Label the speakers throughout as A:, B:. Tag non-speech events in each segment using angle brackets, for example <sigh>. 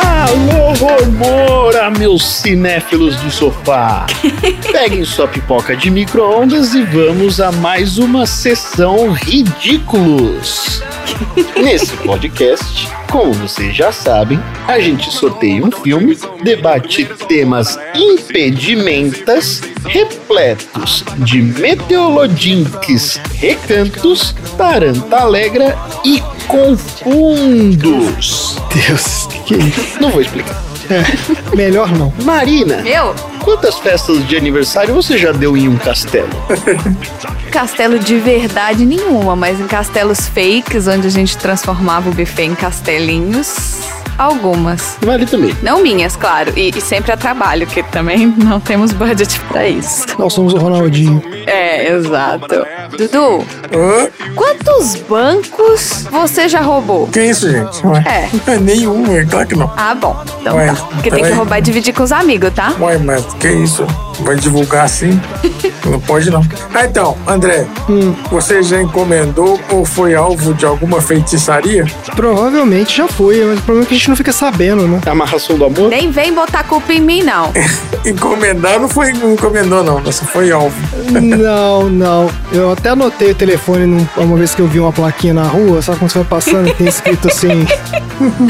A: Ah, Alô, Romora, meus cinéfilos do sofá! Peguem sua pipoca de micro-ondas e vamos a mais uma sessão Ridículos. Nesse podcast, como vocês já sabem, a gente sorteia um filme, debate temas impedimentas, repletos de meteolodinques, recantos, taranta alegra e confundos.
B: Deus, que que é isso?
A: Não vou explicar.
B: Melhor não.
A: Marina,
C: Eu?
A: quantas festas de aniversário você já deu em um castelo?
C: Castelo de verdade nenhuma, mas em castelos fakes, onde a gente transformava o buffet em castelinhos, algumas.
A: Vale também.
C: Não minhas, claro, e, e sempre a trabalho, que também <laughs> não temos budget pra isso.
B: Nós somos o Ronaldinho.
C: É, exato. Dudu, quantos bancos você já roubou?
D: Que isso, gente? Ué.
C: É.
D: Nenhum, é claro que não.
C: Ah, bom, então
D: Ué,
C: tá. Porque tem que
D: peraí.
C: roubar e dividir com os amigos, tá?
D: Ué, mas que isso? Vai
C: <laughs>
D: divulgar assim? não pode não. Ah, então, André, você já encomendou ou foi alvo de alguma feitiçaria?
B: Provavelmente já foi, mas o problema é que a gente não fica sabendo, <laughs> né?
A: Amarração do amor?
C: Nem vem botar culpa em mim, não.
D: Encomendar não foi, não encomendou não, você foi alvo.
B: Não, não. Eu até anotei o telefone num- uma vez que eu vi uma plaquinha na rua, sabe quando você vai passando e tem escrito <laughs> assim: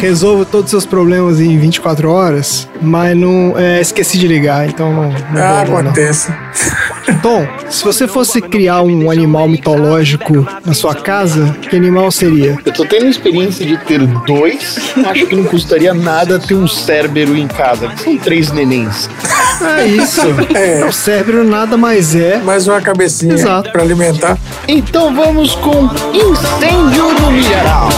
B: resolvo todos os seus problemas em 24 horas, mas não. é, esqueci de ligar, então não. não
D: Ah,
B: rolou, não.
D: acontece.
B: Tom, se você fosse criar um animal mitológico na sua casa, que animal seria?
A: Eu tô tendo a experiência de ter dois. Acho que não custaria nada ter um Cerbero em casa. que São três nenéns.
B: <laughs> É isso.
D: É.
B: O cérebro nada mais é.
D: Mais uma cabecinha
B: Exato.
D: pra alimentar.
A: Então vamos com Incêndio no Milharal.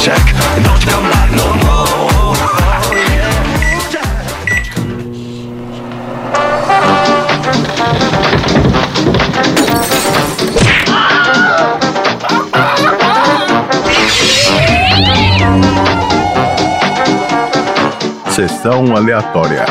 E: Sessão aleatória.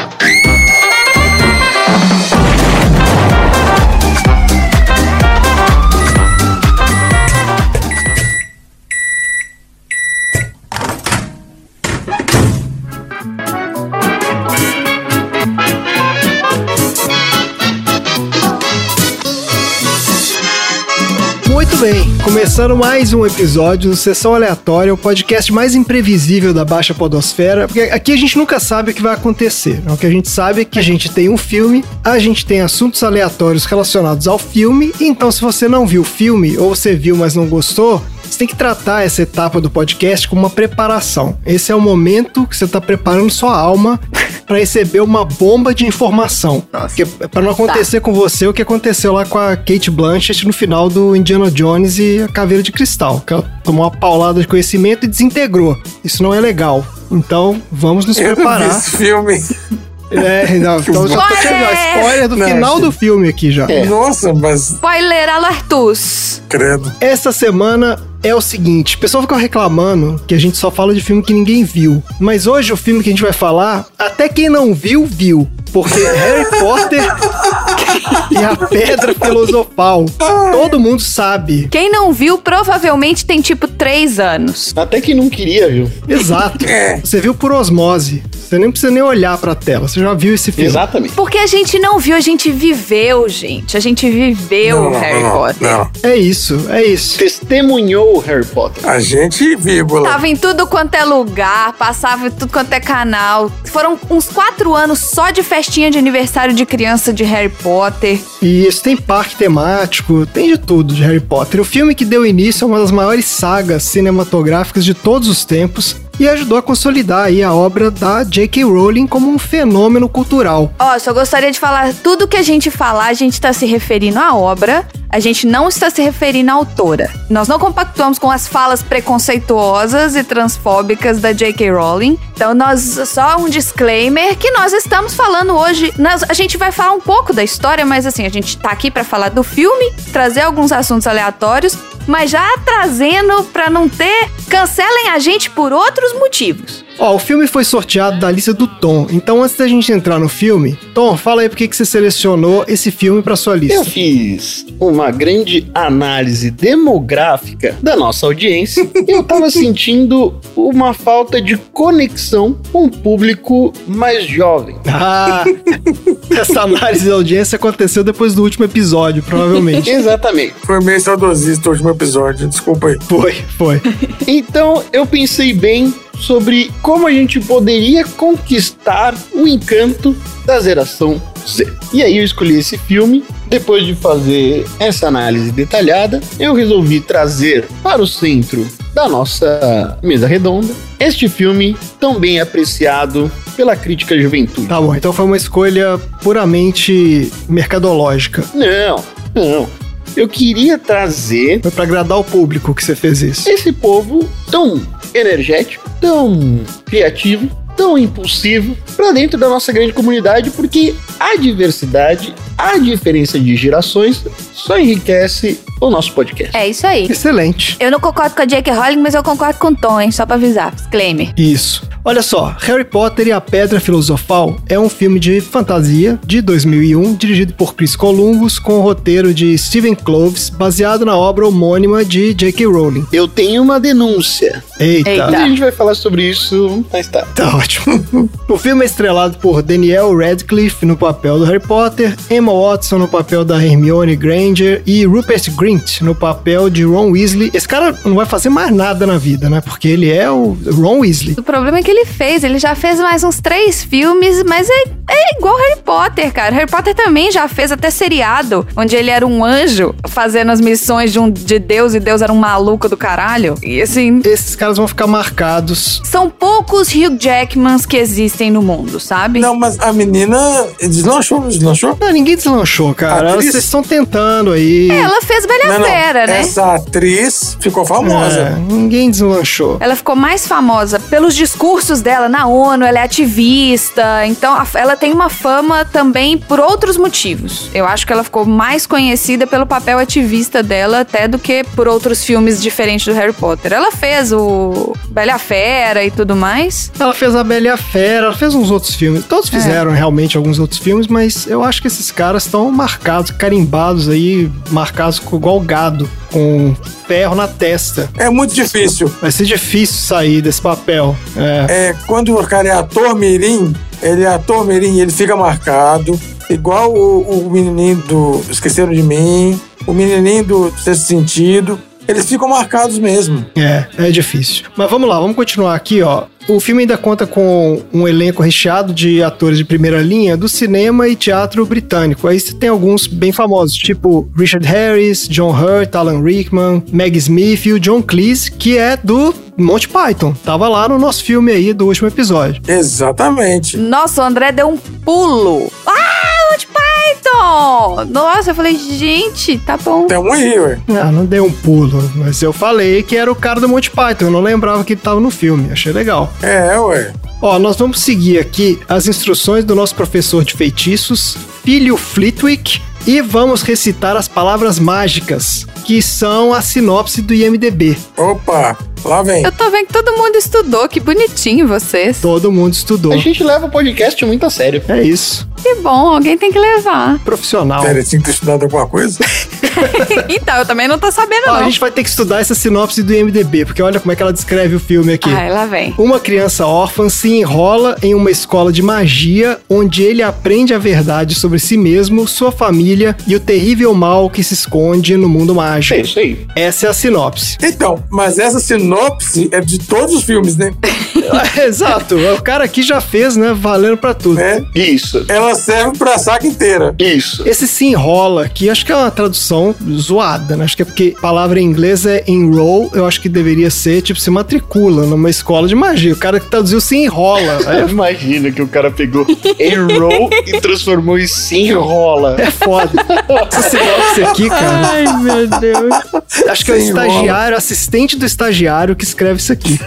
B: Muito bem, começando mais um episódio do Sessão Aleatória, o podcast mais imprevisível da Baixa Podosfera, porque aqui a gente nunca sabe o que vai acontecer. O que a gente sabe é que a gente tem um filme, a gente tem assuntos aleatórios relacionados ao filme, então se você não viu o filme, ou você viu mas não gostou, você tem que tratar essa etapa do podcast como uma preparação. Esse é o momento que você está preparando sua alma <laughs> para receber uma bomba de informação. Porque Pra não acontecer com você o que aconteceu lá com a Kate Blanchett no final do Indiana Jones e a Caveira de Cristal, que ela tomou uma paulada de conhecimento e desintegrou. Isso não é legal. Então, vamos nos
D: Eu não vi
B: preparar.
D: esse filme.
B: É, não, então já tô tirando a spoiler do
D: Não, É.
B: final
D: gente.
B: do filme aqui já.
D: Nossa, mas
C: Spoiler alertus!
D: credo.
B: Essa semana é o seguinte: o pessoal fica reclamando que a gente só fala de filme que ninguém viu. Mas hoje o filme que a gente vai falar, até quem não viu, viu. Porque Harry Potter <laughs> e a Pedra Filosofal. Todo mundo sabe.
C: Quem não viu, provavelmente tem tipo três anos.
A: Até que não queria, viu?
B: Exato. Você viu por osmose. Você nem precisa nem olhar pra tela. Você já viu esse filme.
A: Exatamente.
C: Porque a gente não viu, a gente viveu, gente. A gente viveu
D: não,
C: Harry
D: não,
C: Potter.
D: Não,
B: É isso, é isso.
A: Testemunhou o Harry Potter.
D: a gente, vírgula.
C: Tava em tudo quanto é lugar, passava em tudo quanto é canal. Foram uns quatro anos só de festinha de aniversário de criança de Harry Potter.
B: E isso tem parque temático, tem de tudo de Harry Potter. O filme que deu início a uma das maiores sagas cinematográficas de todos os tempos e ajudou a consolidar aí a obra da J.K. Rowling como um fenômeno cultural.
C: Ó, só gostaria de falar, tudo que a gente falar, a gente tá se referindo à obra, a gente não está se referindo à autora. Nós não compactuamos com as falas preconceituosas e transfóbicas da J.K. Rowling. Então, nós só um disclaimer que nós estamos falando hoje, nós- a gente vai falar um pouco da história, mas assim, a gente tá aqui pra falar do filme, trazer alguns assuntos aleatórios, mas já trazendo pra não ter, cancelem a gente por outros motivos.
B: Ó, o filme foi sorteado da lista do Tom. Então, antes da gente entrar no filme, Tom, fala aí por que que você selecionou esse filme pra sua
A: Eu
B: lista.
A: fiz uma grande análise demográfica da nossa audiência e eu tava sentindo uma falta de conexão com o público mais jovem.
B: Ah, essa análise da audiência aconteceu depois do último
A: <laughs>
B: episódio,
A: <laughs>
B: provavelmente.
A: Exatamente.
D: Foi meio saudosista o último episódio, desculpa aí.
B: Foi, foi.
A: Então eu pensei bem sobre como a gente poderia conquistar o encanto da geração Z. E aí eu escolhi esse filme. Depois de fazer essa análise detalhada, eu resolvi trazer para o centro da nossa mesa redonda este filme tão bem apreciado pela crítica juventude.
B: Tá bom, então foi uma escolha puramente mercadológica.
A: Não, não. Eu queria trazer
B: Foi pra agradar o público que você fez isso.
A: esse povo tão energético, tão criativo, tão impulsivo para dentro da nossa grande comunidade, porque a diversidade, a diferença de gerações só enriquece o nosso podcast.
C: É isso aí.
B: Excelente.
C: Eu não concordo com a J.K. Rowling, mas eu concordo com o Tom, hein? Só pra avisar. Disclaimer.
B: Isso. Olha só, Harry Potter e a Pedra Filosofal é um filme de fantasia de 2001, dirigido por Chris Columbus, com o roteiro de Stephen Cloves, baseado na obra homônima de J.K. Rowling.
A: Eu tenho uma denúncia.
B: Eita.
A: E
C: Eita. Tá.
A: a gente vai falar sobre isso mais tarde.
B: <laughs> Tá ótimo. O filme é estrelado por Daniel Radcliffe no papel do Harry Potter, Emma Watson no papel da Hermione Granger e Rupert Grint no papel de Ron Weasley. Esse cara não vai fazer mais nada na vida, né? Porque ele é o Ron Weasley.
C: O problema é que ele fez. Ele já fez mais uns três filmes, mas é, é igual Harry Potter, cara. Harry Potter também já fez até seriado, onde ele era um anjo fazendo as missões de, um, de Deus e Deus era um maluco do caralho. E assim.
B: Esses caras vão ficar marcados.
C: São poucos Hugh Jackmans que existem no mundo, sabe?
D: Não, mas a menina deslanchou, não deslanchou?
B: Não, Ah, ninguém deslanchou, cara.
D: Atriz?
B: Vocês É, estão tentando aí.
C: Ela fez Bela e a
D: Não, É, não.
C: Fera, né?
D: Essa atriz ficou
B: É,
D: famosa.
B: ninguém deslanchou.
C: Ela ficou mais famosa pelos discursos dela na ONU, ela é ativista, então a- ela tem uma fama também por outros motivos. Eu acho que ela ficou mais conhecida pelo papel ativista dela até do que por outros filmes diferentes do Harry Potter. Ela fez o Bela e a Fera e tudo mais.
B: Ela fez a Bela e a Fera, ela fez uns outros filmes. Todos fizeram realmente alguns outros filmes, mas eu acho que esses caras estão marcados, carimbados aí, marcados com- igual gado, com ferro na testa.
D: É. muito difícil.
B: Vai ser difícil sair desse papel. É.
D: É, quando o cara é ator mirim, ele é ator mirim, ele fica marcado. Igual o, o menininho do Esqueceram de Mim, o menininho do Sexto Sentido. Eles ficam marcados mesmo.
B: É, é difícil. Mas vamos lá, vamos continuar aqui, ó. O filme ainda conta com um elenco recheado de atores de primeira linha do cinema e teatro britânico. Aí você tem alguns bem famosos, tipo Richard Harris, John Hurt, Alan Rickman, Meg Smith e o John Cleese, que é do Monty Python. Tava lá no nosso filme aí do último episódio.
D: Exatamente.
C: Nossa, o André deu um pulo. Ah, Monty Python! Nossa, eu falei, gente, tá bom.
D: Tamo um aí, ué.
B: Ah, não dei um pulo, mas eu falei que era o cara do Monty Python. Eu não lembrava que ele tava no filme. Achei legal.
D: É, ué.
B: Ó, nós vamos seguir aqui as instruções do nosso professor de feitiços, Filho Flitwick, e vamos recitar as palavras mágicas, que são a sinopse do IMDB.
D: Opa, lá vem.
C: Eu tô vendo que todo mundo estudou, que bonitinho vocês.
B: Todo mundo estudou.
A: A gente leva o podcast muito a sério.
B: É isso.
C: Que bom, alguém tem que levar.
B: Profissional.
D: Pera, eu tinha que ter estudado alguma coisa?
C: <laughs> Então, eu também não tô sabendo,
B: Ó, a
C: não.
B: gente vai ter que estudar essa sinopse do IMDB, porque olha como é que ela descreve o filme aqui.
A: Ah, é.
C: Ai, lá vem.
B: Uma criança órfã se enrola em uma escola de magia onde ele aprende a verdade sobre si mesmo, sua família e o terrível mal que se esconde no mundo
A: É
B: mágico.
A: isso aí.
B: Essa é a sinopse.
D: Então, mas essa sinopse é de todos os filmes, né?
B: <laughs> Exato, é o cara aqui já fez, né? Valendo pra tudo.
D: É,
A: Isso,
D: ela serve pra saga inteira.
A: <laughs> isso.
B: Esse se enrola aqui, acho que é uma tradução zoada, né? Acho que é porque a palavra em inglês é enroll, eu acho que deveria ser, tipo, se matricula numa escola de magia. O cara que traduziu se enrola. Aí
A: Imagina que o cara pegou enroll e transformou em se enrola.
B: É foda. Essa sinopse aqui, cara. Ai, meu Deus. Acho que é o
D: Sem
B: estagiário, assistente do estagiário que escreve isso aqui.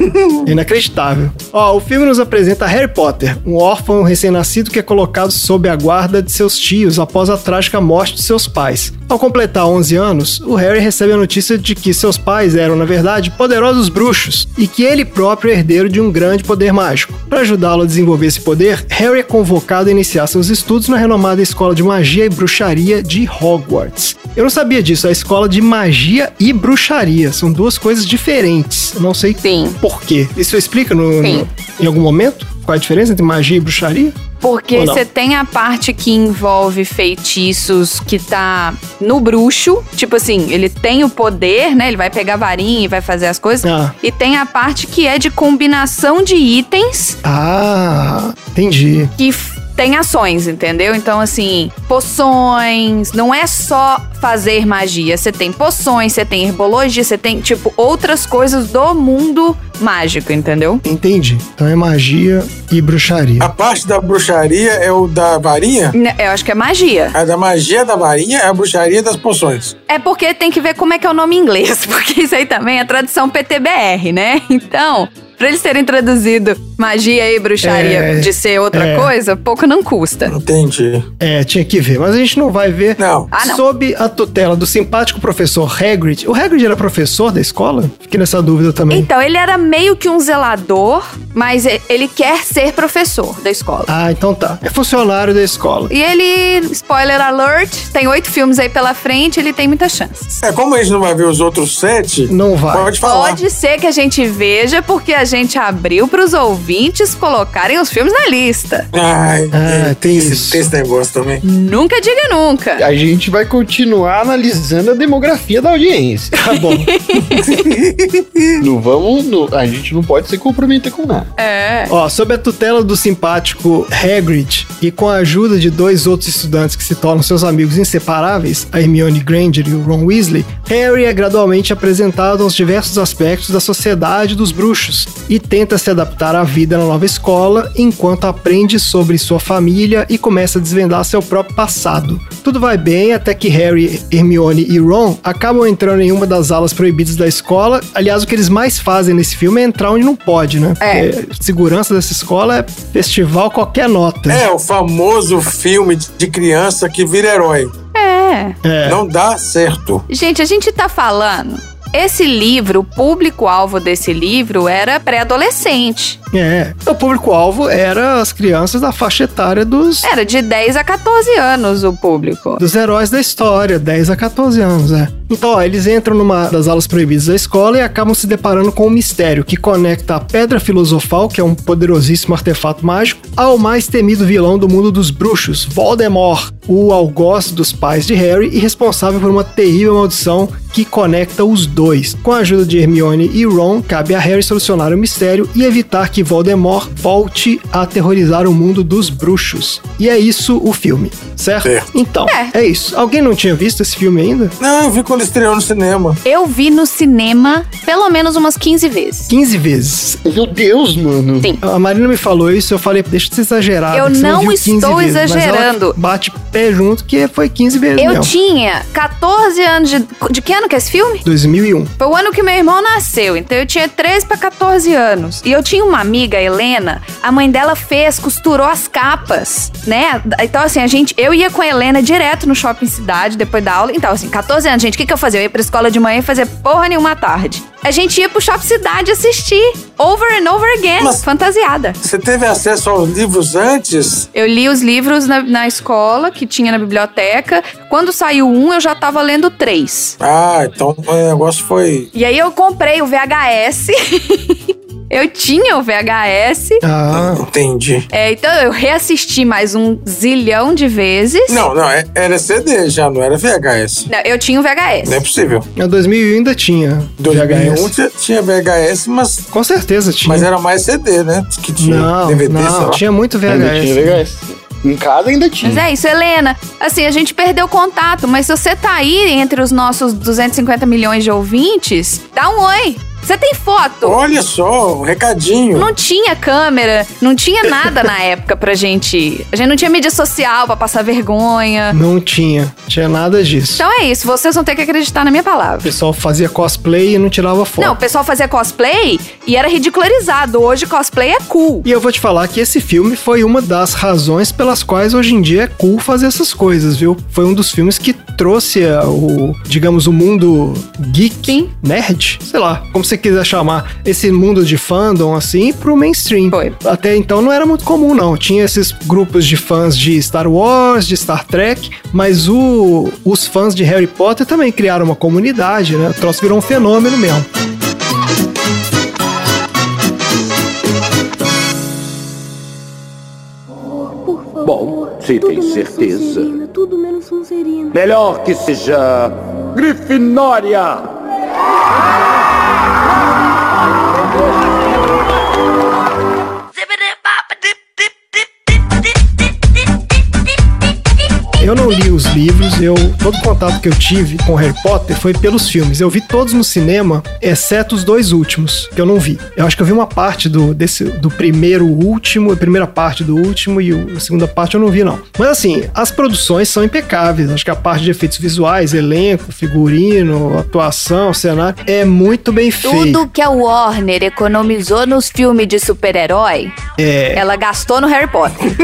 B: É Inacreditável. Ó, o filme nos apresenta Harry Potter, um órfão recém-nascido que é colocado sob a guarda de seus tios após a trágica morte de seus pais. Ao completar 11 anos, o Harry recebe a notícia de que seus pais eram, na verdade, poderosos bruxos e que ele próprio é herdeiro de um grande poder mágico. Para ajudá-lo a desenvolver esse poder, Harry é convocado a iniciar seus estudos na renomada Escola de Magia e Bruxaria de Hogwarts. Eu não sabia disso, é a Escola de Magia e Bruxaria são duas coisas diferentes. Eu não sei
C: Sim.
B: por quê. Isso explica no-
C: Sim.
B: no- em algum momento? Qual é a diferença entre magia e bruxaria? Ou
C: Porque
B: não?
C: você tem a parte que envolve feitiços que tá no bruxo. Tipo assim, ele tem o poder, né? Ele vai pegar a varinha e vai fazer as coisas.
B: Ah,
C: E tem a parte que é de combinação de itens
B: ah entendi.
C: que f- tem ações, entendeu? Então, assim, poções. Não é só fazer magia. Você tem poções, você tem herbologia, você tem, tipo, outras coisas do mundo mágico, entendeu?
B: Entendi. Então é magia e bruxaria.
D: A parte da bruxaria é o da varinha?
C: Né, Eu acho que é magia.
D: A da magia da varinha é a bruxaria das poções.
C: É porque tem que ver como é que é o nome em inglês, <laughs> porque isso aí também é tradução PTBR, né? Então, pra eles terem traduzido magia e bruxaria
B: É,
C: de ser outra
B: é.
C: coisa, pouco não custa.
D: Entendi.
B: É, tinha que ver, mas a gente não vai ver.
D: Não.
C: Ah, não.
B: Sob a tutela do simpático professor Hagrid. O Hagrid era professor da escola? Fiquei nessa dúvida também.
C: Então, ele era meio que um zelador, mas e- ele quer ser professor da escola.
B: Ah, então tá. É funcionário da escola.
C: E ele, spoiler alert, tem oito filmes aí pela frente, ele tem muitas chances.
D: É como a gente não vai ver os outros sete,
B: Não vai.
D: pode falar.
C: Pode ser que a gente veja, porque a gente abriu pros ouvintes colocarem os filmes na lista.
D: Ai,
B: Ah,
D: é,
B: tem
D: tem, esse,
B: isso. Hum.
D: tem esse negócio também.
C: Nunca diga nunca.
A: A gente vai continuar analisando a demografia da audiência.
B: Tá bom.
A: não vamos. não- a gente não pode se comprometer com nada.
C: É.
B: Ó, sob a tutela do simpático Hagrid e com a ajuda de dois outros estudantes que se tornam seus amigos inseparáveis, a Hermione Granger e o Ron Weasley, Harry é gradualmente apresentado aos diversos aspectos da sociedade dos bruxos e tenta se adaptar à vida na nova escola enquanto aprende sobre sua família e começa a desvendar seu próprio passado. Tudo vai bem até que Harry, Hermione e Ron acabam entrando em uma das alas proibidas da escola. Aliás, o que eles mais fazem nesse filme é entrar onde não pode, né?
C: É.
B: Porque segurança dessa escola é festival qualquer nota.
D: É o famoso filme de de criança que vira herói.
C: É.
B: É.
D: Não dá certo.
C: Gente, a gente tá falando. Esse livro, o público-alvo desse livro era pré-adolescente.
B: É. O público-alvo era as crianças da faixa etária dos,
C: Era de 10 a 14 anos o público.
B: dos heróis da história, 10 a 14 anos, é. Então, ó, eles entram numa das aulas proibidas da escola e acabam se deparando com um mistério que conecta a Pedra Filosofal, que é um poderosíssimo artefato mágico, ao mais temido vilão do mundo dos bruxos, Voldemort, o algoz dos pais de Harry e responsável por uma terrível maldição que conecta os dois. Com a ajuda de Hermione e Ron, cabe a Harry solucionar o mistério e evitar que Voldemort volte a aterrorizar o mundo dos bruxos. E é isso o filme, certo?
D: Certo.
B: Então, é. isso. Alguém não tinha visto esse filme ainda?
D: Não, eu vi quando estreou no cinema.
C: Eu vi no cinema pelo menos umas 15 vezes.
B: 15 vezes.
A: Meu Deus, mano.
C: Sim.
B: A Marina me falou isso, eu falei, deixa de ser exagerado.
C: Eu
B: que você
C: não
B: viu 15
C: estou
B: vezes", mas ela
C: exagerando.
B: bate pé junto que foi 15 vezes
C: Eu
B: mesmo.
C: tinha 14 anos de. De que ano que é esse filme?
B: 2001.
C: Foi o ano que meu irmão nasceu, então eu tinha 13 para 14 anos. E eu tinha uma amiga, a Helena, a mãe dela fez, costurou as capas, né? Então, assim, a gente, eu ia com a Helena direto no shopping cidade depois da aula. Então, assim, 14 anos, gente, o que, que eu fazia? Eu ia pra escola de manhã e fazia porra nenhuma à tarde. A gente ia pro shopping cidade assistir over and over again,
D: Mas-
C: fantasiada.
D: Você teve acesso aos livros antes?
C: Eu li os livros na, na escola, que tinha na biblioteca. Quando saiu um, eu já tava lendo três.
D: Ah, então o negócio foi.
C: E aí eu comprei o VHS. <laughs> eu tinha o VHS.
B: Ah,
D: Entendi.
C: É, então eu reassisti mais um zilhão de vezes.
D: Não, não, é- era CD já, não era VHS.
C: Não, eu tinha o VHS.
D: Não é possível.
B: em 2001 ainda tinha.
D: 2001
B: VHS.
D: tinha- tinha VHS, mas,
B: Com certeza tinha.
D: um mas era mais CD, né? Que tinha
B: não,
D: DVD, sei
B: não,
D: lá.
B: tinha muito
A: Ainda tinha
B: VHS.
A: VHS. Em casa ainda tinha.
C: Mas é isso, Helena. Assim, a gente perdeu contato, mas se você tá aí entre os nossos 250 milhões de ouvintes, dá um oi. Você tem foto?
D: Olha só, um recadinho.
C: Não tinha câmera, não tinha nada
D: <laughs>
C: na época pra gente. A gente não tinha mídia social pra passar vergonha.
B: Não tinha. Tinha nada disso.
C: Então é isso, vocês vão ter que acreditar na minha
B: O
C: palavra.
B: pessoal fazia cosplay e não tirava foto.
C: Não, o pessoal fazia cosplay e era ridicularizado. Hoje cosplay é cool.
B: E eu vou te falar que esse filme foi uma das razões pelas quais hoje em dia é cool fazer essas coisas, viu? Foi um dos filmes que trouxe a- o, digamos, o mundo geek,
C: Sim.
B: nerd, sei lá, como você quiser chamar, esse mundo de fandom assim pro mainstream.
C: Foi.
B: Até então não era muito comum não. Tinha esses grupos de fãs de Star Wars, de Star Trek, mas o- os fãs de Harry Potter também criaram uma comunidade, né? O troço virou um fenômeno mesmo.
F: Por favor.
G: Bom, se
F: tudo
G: tem
F: menos
G: certeza.
F: Sonserina, tudo menos Sonserina.
G: Melhor que seja Grifinória.
B: Eu não li os livros, eu todo contato que eu tive com Harry Potter foi pelos filmes. Eu vi todos no cinema, exceto os dois últimos, que eu não vi. Eu acho que eu vi uma parte do, desse, do primeiro último, a primeira parte do último e o- a segunda parte eu não vi, não. Mas assim, as produções são impecáveis. Acho que a parte de efeitos visuais, elenco, figurino, atuação, cenário, é muito bem feito.
C: Tudo que a Warner economizou nos filmes de super-herói, ela gastou no Harry Potter.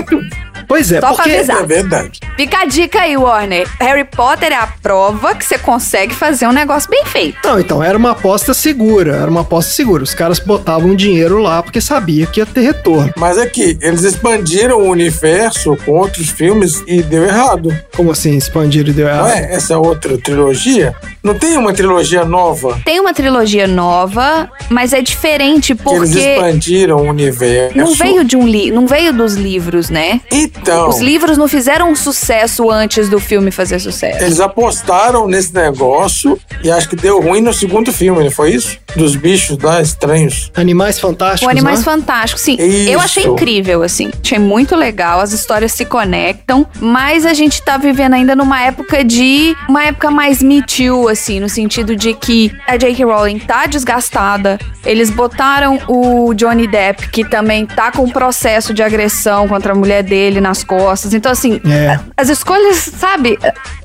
B: Pois é,
C: Só pra
B: porque
C: avisar.
D: É verdade.
C: Fica a dica aí, Warner. Harry Potter é a prova que você consegue fazer um negócio bem feito.
B: Não, então era uma aposta segura, era uma aposta segura. Os caras botavam dinheiro lá porque sabia que ia ter retorno.
D: Mas é que eles expandiram o universo com outros filmes e deu errado.
B: Como assim, expandir e deu
D: Não
B: errado?
D: é? Essa outra trilogia? Não tem uma trilogia nova
C: Tem uma trilogia nova, mas é diferente
D: que eles É
C: porque
D: expandiram o universo.
C: não veio de um li não veio dos livros, né?
D: Então,
C: Os livros não fizeram um sucesso antes do filme fazer sucesso.
D: eles apostaram nesse negócio e acho que deu ruim no segundo filme, não foi isso? Dos bichos lá estranhos.
B: Animais Fantásticos,
C: O Animais
B: né?
C: Fantásticos, sim.
D: Isso.
C: Eu achei incrível, assim. Achei muito legal, as histórias se conectam, mas a gente tá vivendo ainda numa época de. Uma época mais me too, assim, no sentido de que a J.K. Rowling tá desgastada. Eles botaram o Johnny Depp, que também tá com um processo de agressão contra a mulher dele nas costas. Então, assim,
B: É.
C: as escolhas, sabe,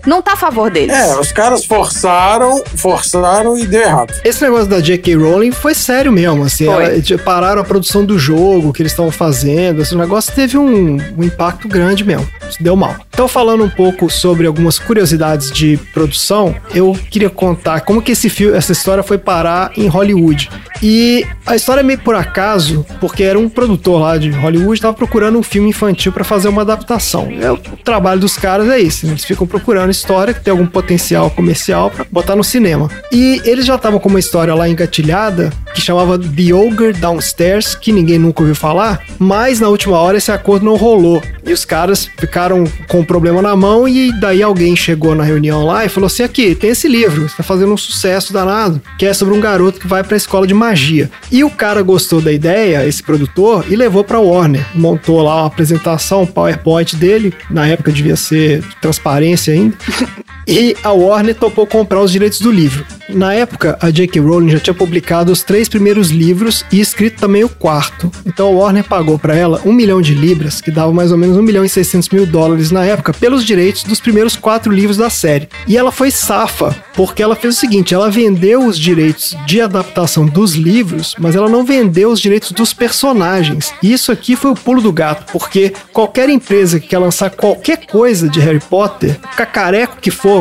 C: não tá a favor deles.
D: É, os caras forçaram, forçaram e deu errado.
B: Esse negócio da J.K. Rowling foi sério mesmo, assim.
C: Foi.
B: ela- de- pararam a produção do jogo que eles estavam fazendo. Esse negócio teve um, um impacto grande mesmo. Isso deu mal. Então, falando um pouco sobre algumas curiosidades de produção, eu queria contar como que esse filme, essa história foi parar em Hollywood. E a história é meio por acaso, porque era um produtor lá de Hollywood, tava procurando um filme infantil pra fazer uma adaptação. É, o trabalho dos caras é esse, né? eles ficam procurando história que tem algum potencial comercial pra botar no cinema. E eles já estavam com uma história lá engatilhada que chamava The Ogre Downstairs, que ninguém nunca ouviu falar, mas na última hora esse acordo não rolou. E os caras ficaram com o problema na mão e daí alguém chegou na reunião lá e falou assim: "Aqui, tem esse livro, tá fazendo um sucesso danado, que é sobre um garoto que vai pra escola de magia". E o cara gostou da ideia, esse produtor, e levou pra Warner. Montou lá uma apresentação, um PowerPoint dele, na época devia ser transparência ainda. <laughs> E a Warner topou comprar os direitos do livro. Na época, a J.K. Rowling já tinha publicado os três primeiros livros e escrito também o quarto. Então a Warner pagou pra ela um milhão de libras, que dava mais ou menos um milhão e 600 mil dólares na época, pelos direitos dos primeiros quatro livros da série. E ela foi safa, porque ela fez o seguinte: ela vendeu os direitos de adaptação dos livros, mas ela não vendeu os direitos dos personagens. E isso aqui foi o pulo do gato, porque qualquer empresa que quer lançar qualquer coisa de Harry Potter, cacareco que for,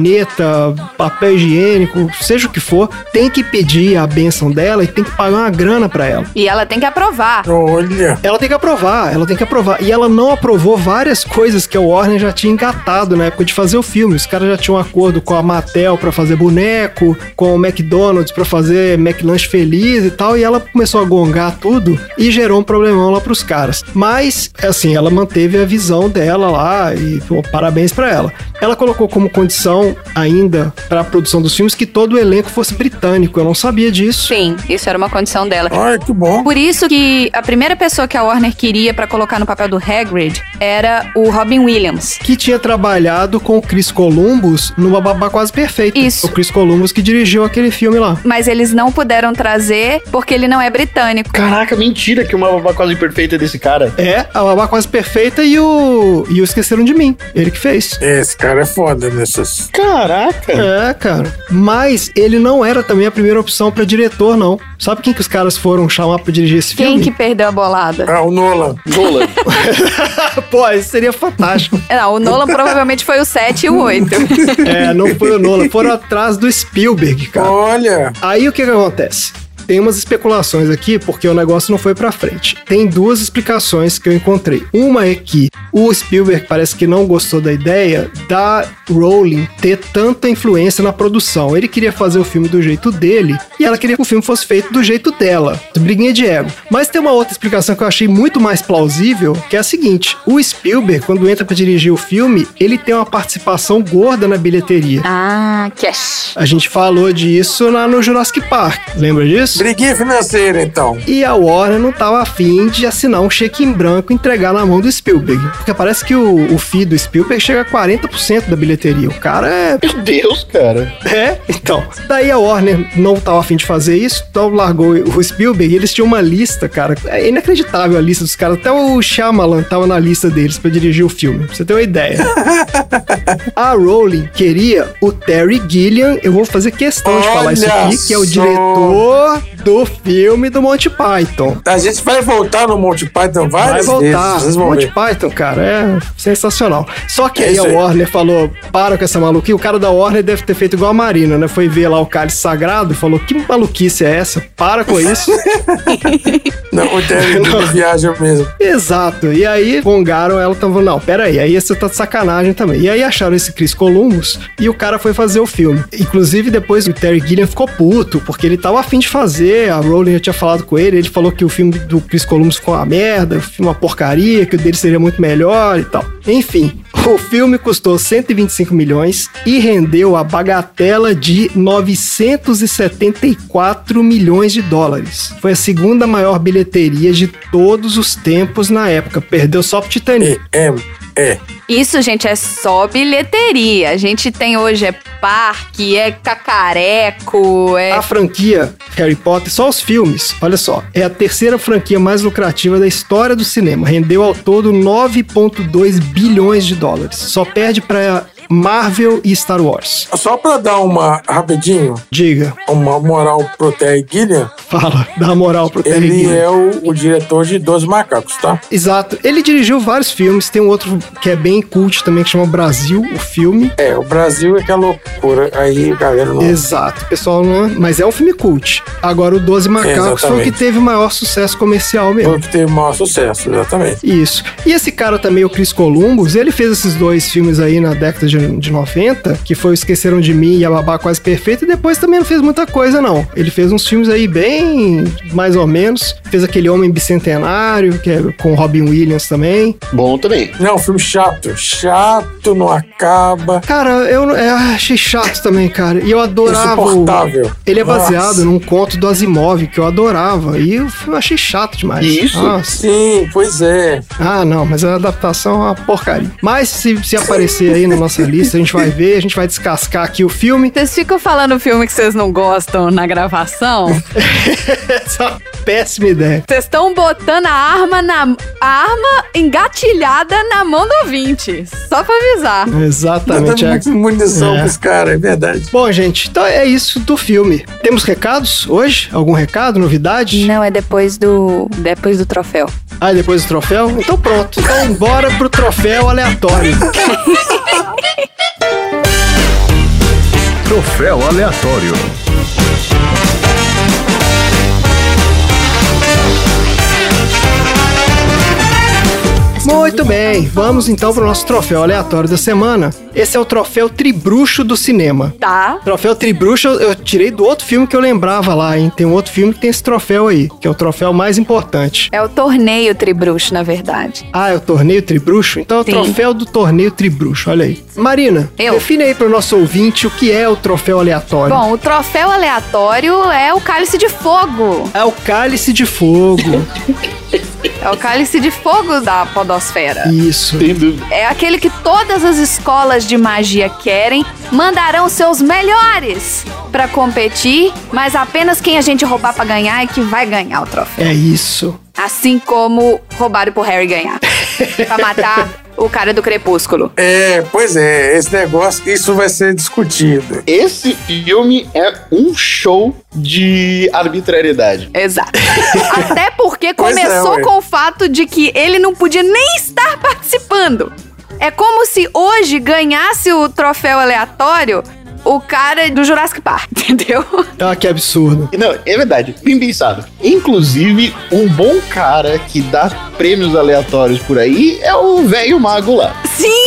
B: caneta, papel higiênico, seja o que for, tem que pedir a benção dela e tem que pagar uma grana pra ela.
C: E ela tem que aprovar.
D: Olha,
B: Ela tem que aprovar, ela tem que aprovar. E ela não aprovou várias coisas que a Warner já tinha engatado na época de fazer o filme. Os caras já tinham um acordo com a Mattel pra fazer boneco, com o McDonald's pra fazer McLanche feliz e tal. E ela começou a gongar tudo e gerou um problemão lá pros caras. Mas, assim, ela manteve a visão dela lá e pô, parabéns pra ela. Ela colocou como condição opção ainda para a produção dos filmes que todo o elenco fosse britânico. Eu não sabia disso.
C: Sim, isso era uma condição dela.
D: Ai, que bom.
C: Por isso que a primeira pessoa que a Warner queria pra colocar no papel do Hagrid era o Robin Williams.
B: Que tinha trabalhado com o Chris Columbus no Bababá Quase Perfeito.
C: Isso.
B: O Chris Columbus que dirigiu aquele filme lá.
C: Mas eles não puderam trazer porque ele não é britânico.
A: Caraca, mentira que uma babá quase perfeita é desse cara.
B: É, a Babá Quase Perfeita e o. E o Esqueceram de Mim. Ele que fez.
D: Esse cara é foda nessas.
A: Caraca.
B: É, cara. Mas ele não era também a primeira opção pra diretor, não. Sabe quem que os caras foram chamar pra dirigir esse
C: Quem
B: filme?
C: que perdeu a bolada?
D: Ah, o Nolan.
A: Nolan.
B: <laughs>
A: <laughs>
B: Pô, isso seria fantástico.
C: Não, Ah, o Nolan provavelmente foi o 7 e o 8.
B: é, não foi o Nolan, foram atrás do Spielberg,
D: Tá.
B: cara.
D: Olha,
B: Aí o que, que acontece? Tem umas especulações aqui porque o negócio não foi pra frente. Tem duas explicações que eu encontrei. Uma é que o Spielberg parece que não gostou da ideia da Rowling ter tanta influência na produção. Ele queria fazer o filme do jeito dele e ela queria que o filme fosse feito do jeito dela. Briguinha de ego. Mas tem uma outra explicação que eu achei muito mais plausível, que é a seguinte: o Spielberg, quando entra pra dirigir o filme, ele tem uma participação gorda na bilheteria.
C: ah, cash.
B: A gente falou disso lá no Jurassic Park, lembra disso?
D: briguinha financeira, então.
B: E a Warner não tava afim de assinar um cheque em branco e entregar na mão do Spielberg. Porque parece que o, o FII do Spielberg chega a 40% da bilheteria. O cara é.
A: Meu Deus, cara.
B: É, então. Daí a Warner não tava afim de fazer isso, então largou o Spielberg e eles tinham uma lista, cara. É inacreditável a lista dos caras. Até o Shyamalan tava na lista deles pra dirigir o filme. Pra você ter uma ideia.
D: <laughs>
B: a Rowling queria o Terry Gilliam. Eu vou fazer questão de falar isso
D: Olha
B: aqui, que é o
D: só.
B: diretor do filme do Monty Python.
D: A gente vai voltar no Monty Python
B: Vai
D: várias
B: voltar.
D: vezes. Vocês vão
B: Monty
D: ver.
B: Python, cara, é sensacional. Só que
D: É
B: aí a
D: isso aí.
B: Warner falou: para com essa maluquice. O cara da Warner deve ter feito igual a Marina, né? Foi ver lá o cálice sagrado e falou: que maluquice é essa? Para com
D: <laughs>
B: isso.
D: Não, o <laughs> Terry não viaja mesmo.
B: Exato. E aí gongaram ela, então falando, não, peraí, aí você tá de sacanagem também. E aí acharam esse Chris Columbus e o cara foi fazer o filme. Inclusive, depois o Terry Gilliam ficou puto, porque ele tava afim de fazer, a Rowling já tinha falado com ele, ele falou que o filme do Chris Columbus ficou uma merda, o filme uma porcaria, que o dele seria muito melhor e tal. Enfim, o filme custou 125 milhões e rendeu a bagatela de 974 milhões de dólares. Foi a segunda maior bilheteria de todos os tempos na época. Perdeu só pro Titanic.
D: E, M, E.
C: Isso, gente, é só bilheteria. A gente tem hoje é parque, é cacareco, é.
B: A franquia Harry Potter, só os filmes, olha só, é a terceira franquia mais lucrativa da história do cinema. Rendeu ao todo 9,2 bilhões de dólares. Só perde pra Marvel e Star Wars.
D: Só pra dar uma, rapidinho,
B: Diga,
D: uma moral pro Terry Gilliam,
B: fala, dá uma moral pro Terry
D: ele
B: Gilliam.
D: é o, o diretor de Dois Macacos, tá?
B: Exato. Ele dirigiu vários filmes. Tem um outro que é bem cult também, que chama Brasil, o filme.
D: É, o Brasil é que é loucura. Aí, galera, não...
B: Exato, pessoal, não é- mas é um filme cult. Agora, o 12 Macacos foi o que
D: Exatamente.
B: teve o maior sucesso comercial mesmo.
D: foi o que teve o maior sucesso, exatamente.
B: Isso. E esse cara também, o Chris Columbus, ele fez esses dois filmes aí na década de, de 90, que foi o Esqueceram de Mim e A Babá Quase Perfeita, e depois também não fez muita coisa, não. Ele fez uns filmes aí bem mais ou menos. Fez aquele Homem Bicentenário, que é com Robin Williams também.
A: Bom também.
D: Não, É um filme chato. Chato, não acaba.
B: Cara, eu não- é, achei chato também, cara. E eu adorava. o-
D: Insuportável.
B: Ele é
D: Nossa.
B: baseado num conto do Asimov que eu adorava. E eu f- achei chato demais.
A: Isso?
B: Nossa.
D: Sim, pois é.
B: Ah, não, mas a adaptação é uma porcaria. Mas se, se aparecer aí na nossa lista, a gente vai ver, a gente vai descascar aqui o filme. <laughs>
C: Vocês ficam falando filme que vocês não gostam na gravação?
B: Essa é uma péssima ideia.
C: Vocês estão botando a arma na a arma engatilhada na mão do ouvinte. Só pra avisar.
D: Tá
B: Exatamente. é.
D: dando munição
B: É.
D: pros caras, é verdade.
B: Bom, gente, então é isso do filme. Temos recados hoje? Algum recado, novidade?
C: Não, é depois do. Depois do troféu.
B: Ah, depois do troféu? Então pronto. Então bora pro troféu aleatório.
E: Troféu aleatório.
B: Muito bem, vamos então para o nosso troféu aleatório da semana. Esse é o troféu Tribruxo do cinema.
C: Tá.
B: Troféu Tribruxo eu- eu tirei do outro filme que eu lembrava lá, hein? Tem um outro filme que tem esse troféu aí, que é o troféu mais importante.
C: É o torneio tribruxo, na verdade.
B: Ah, é o torneio Tribruxo? Então é o
C: Sim.
B: troféu do torneio Tribruxo, olha aí. Marina,
C: Eu.
B: define aí para o nosso ouvinte o que é o troféu aleatório.
C: Bom, o troféu aleatório é o cálice de fogo.
B: É o cálice
C: <laughs>
B: de fogo.
C: É o cálice de fogo da podosfera.
B: Isso.
A: Sem dúvida.
C: É aquele que todas as escolas de magia querem, mandarão seus melhores pra competir, mas apenas quem a gente roubar pra ganhar é que vai ganhar o troféu.
B: É isso.
C: Assim como roubaram pro Harry ganhar. pra matar o cara do crepúsculo.
D: É, pois é, esse negócio, isso vai ser discutido.
A: Esse filme é um show de arbitrariedade.
C: Exato. Até porque
D: Pois é,
C: começou
D: ué.
C: com o fato de que ele não podia nem estar participando. É como se hoje ganhasse o troféu aleatório o cara do Jurassic Park, <laughs> entendeu?
B: Ah, que absurdo.
A: Não, é verdade, bem pensado. Inclusive, um bom cara que dá prêmios aleatórios por aí é o velho mago lá.
C: Sim! <laughs>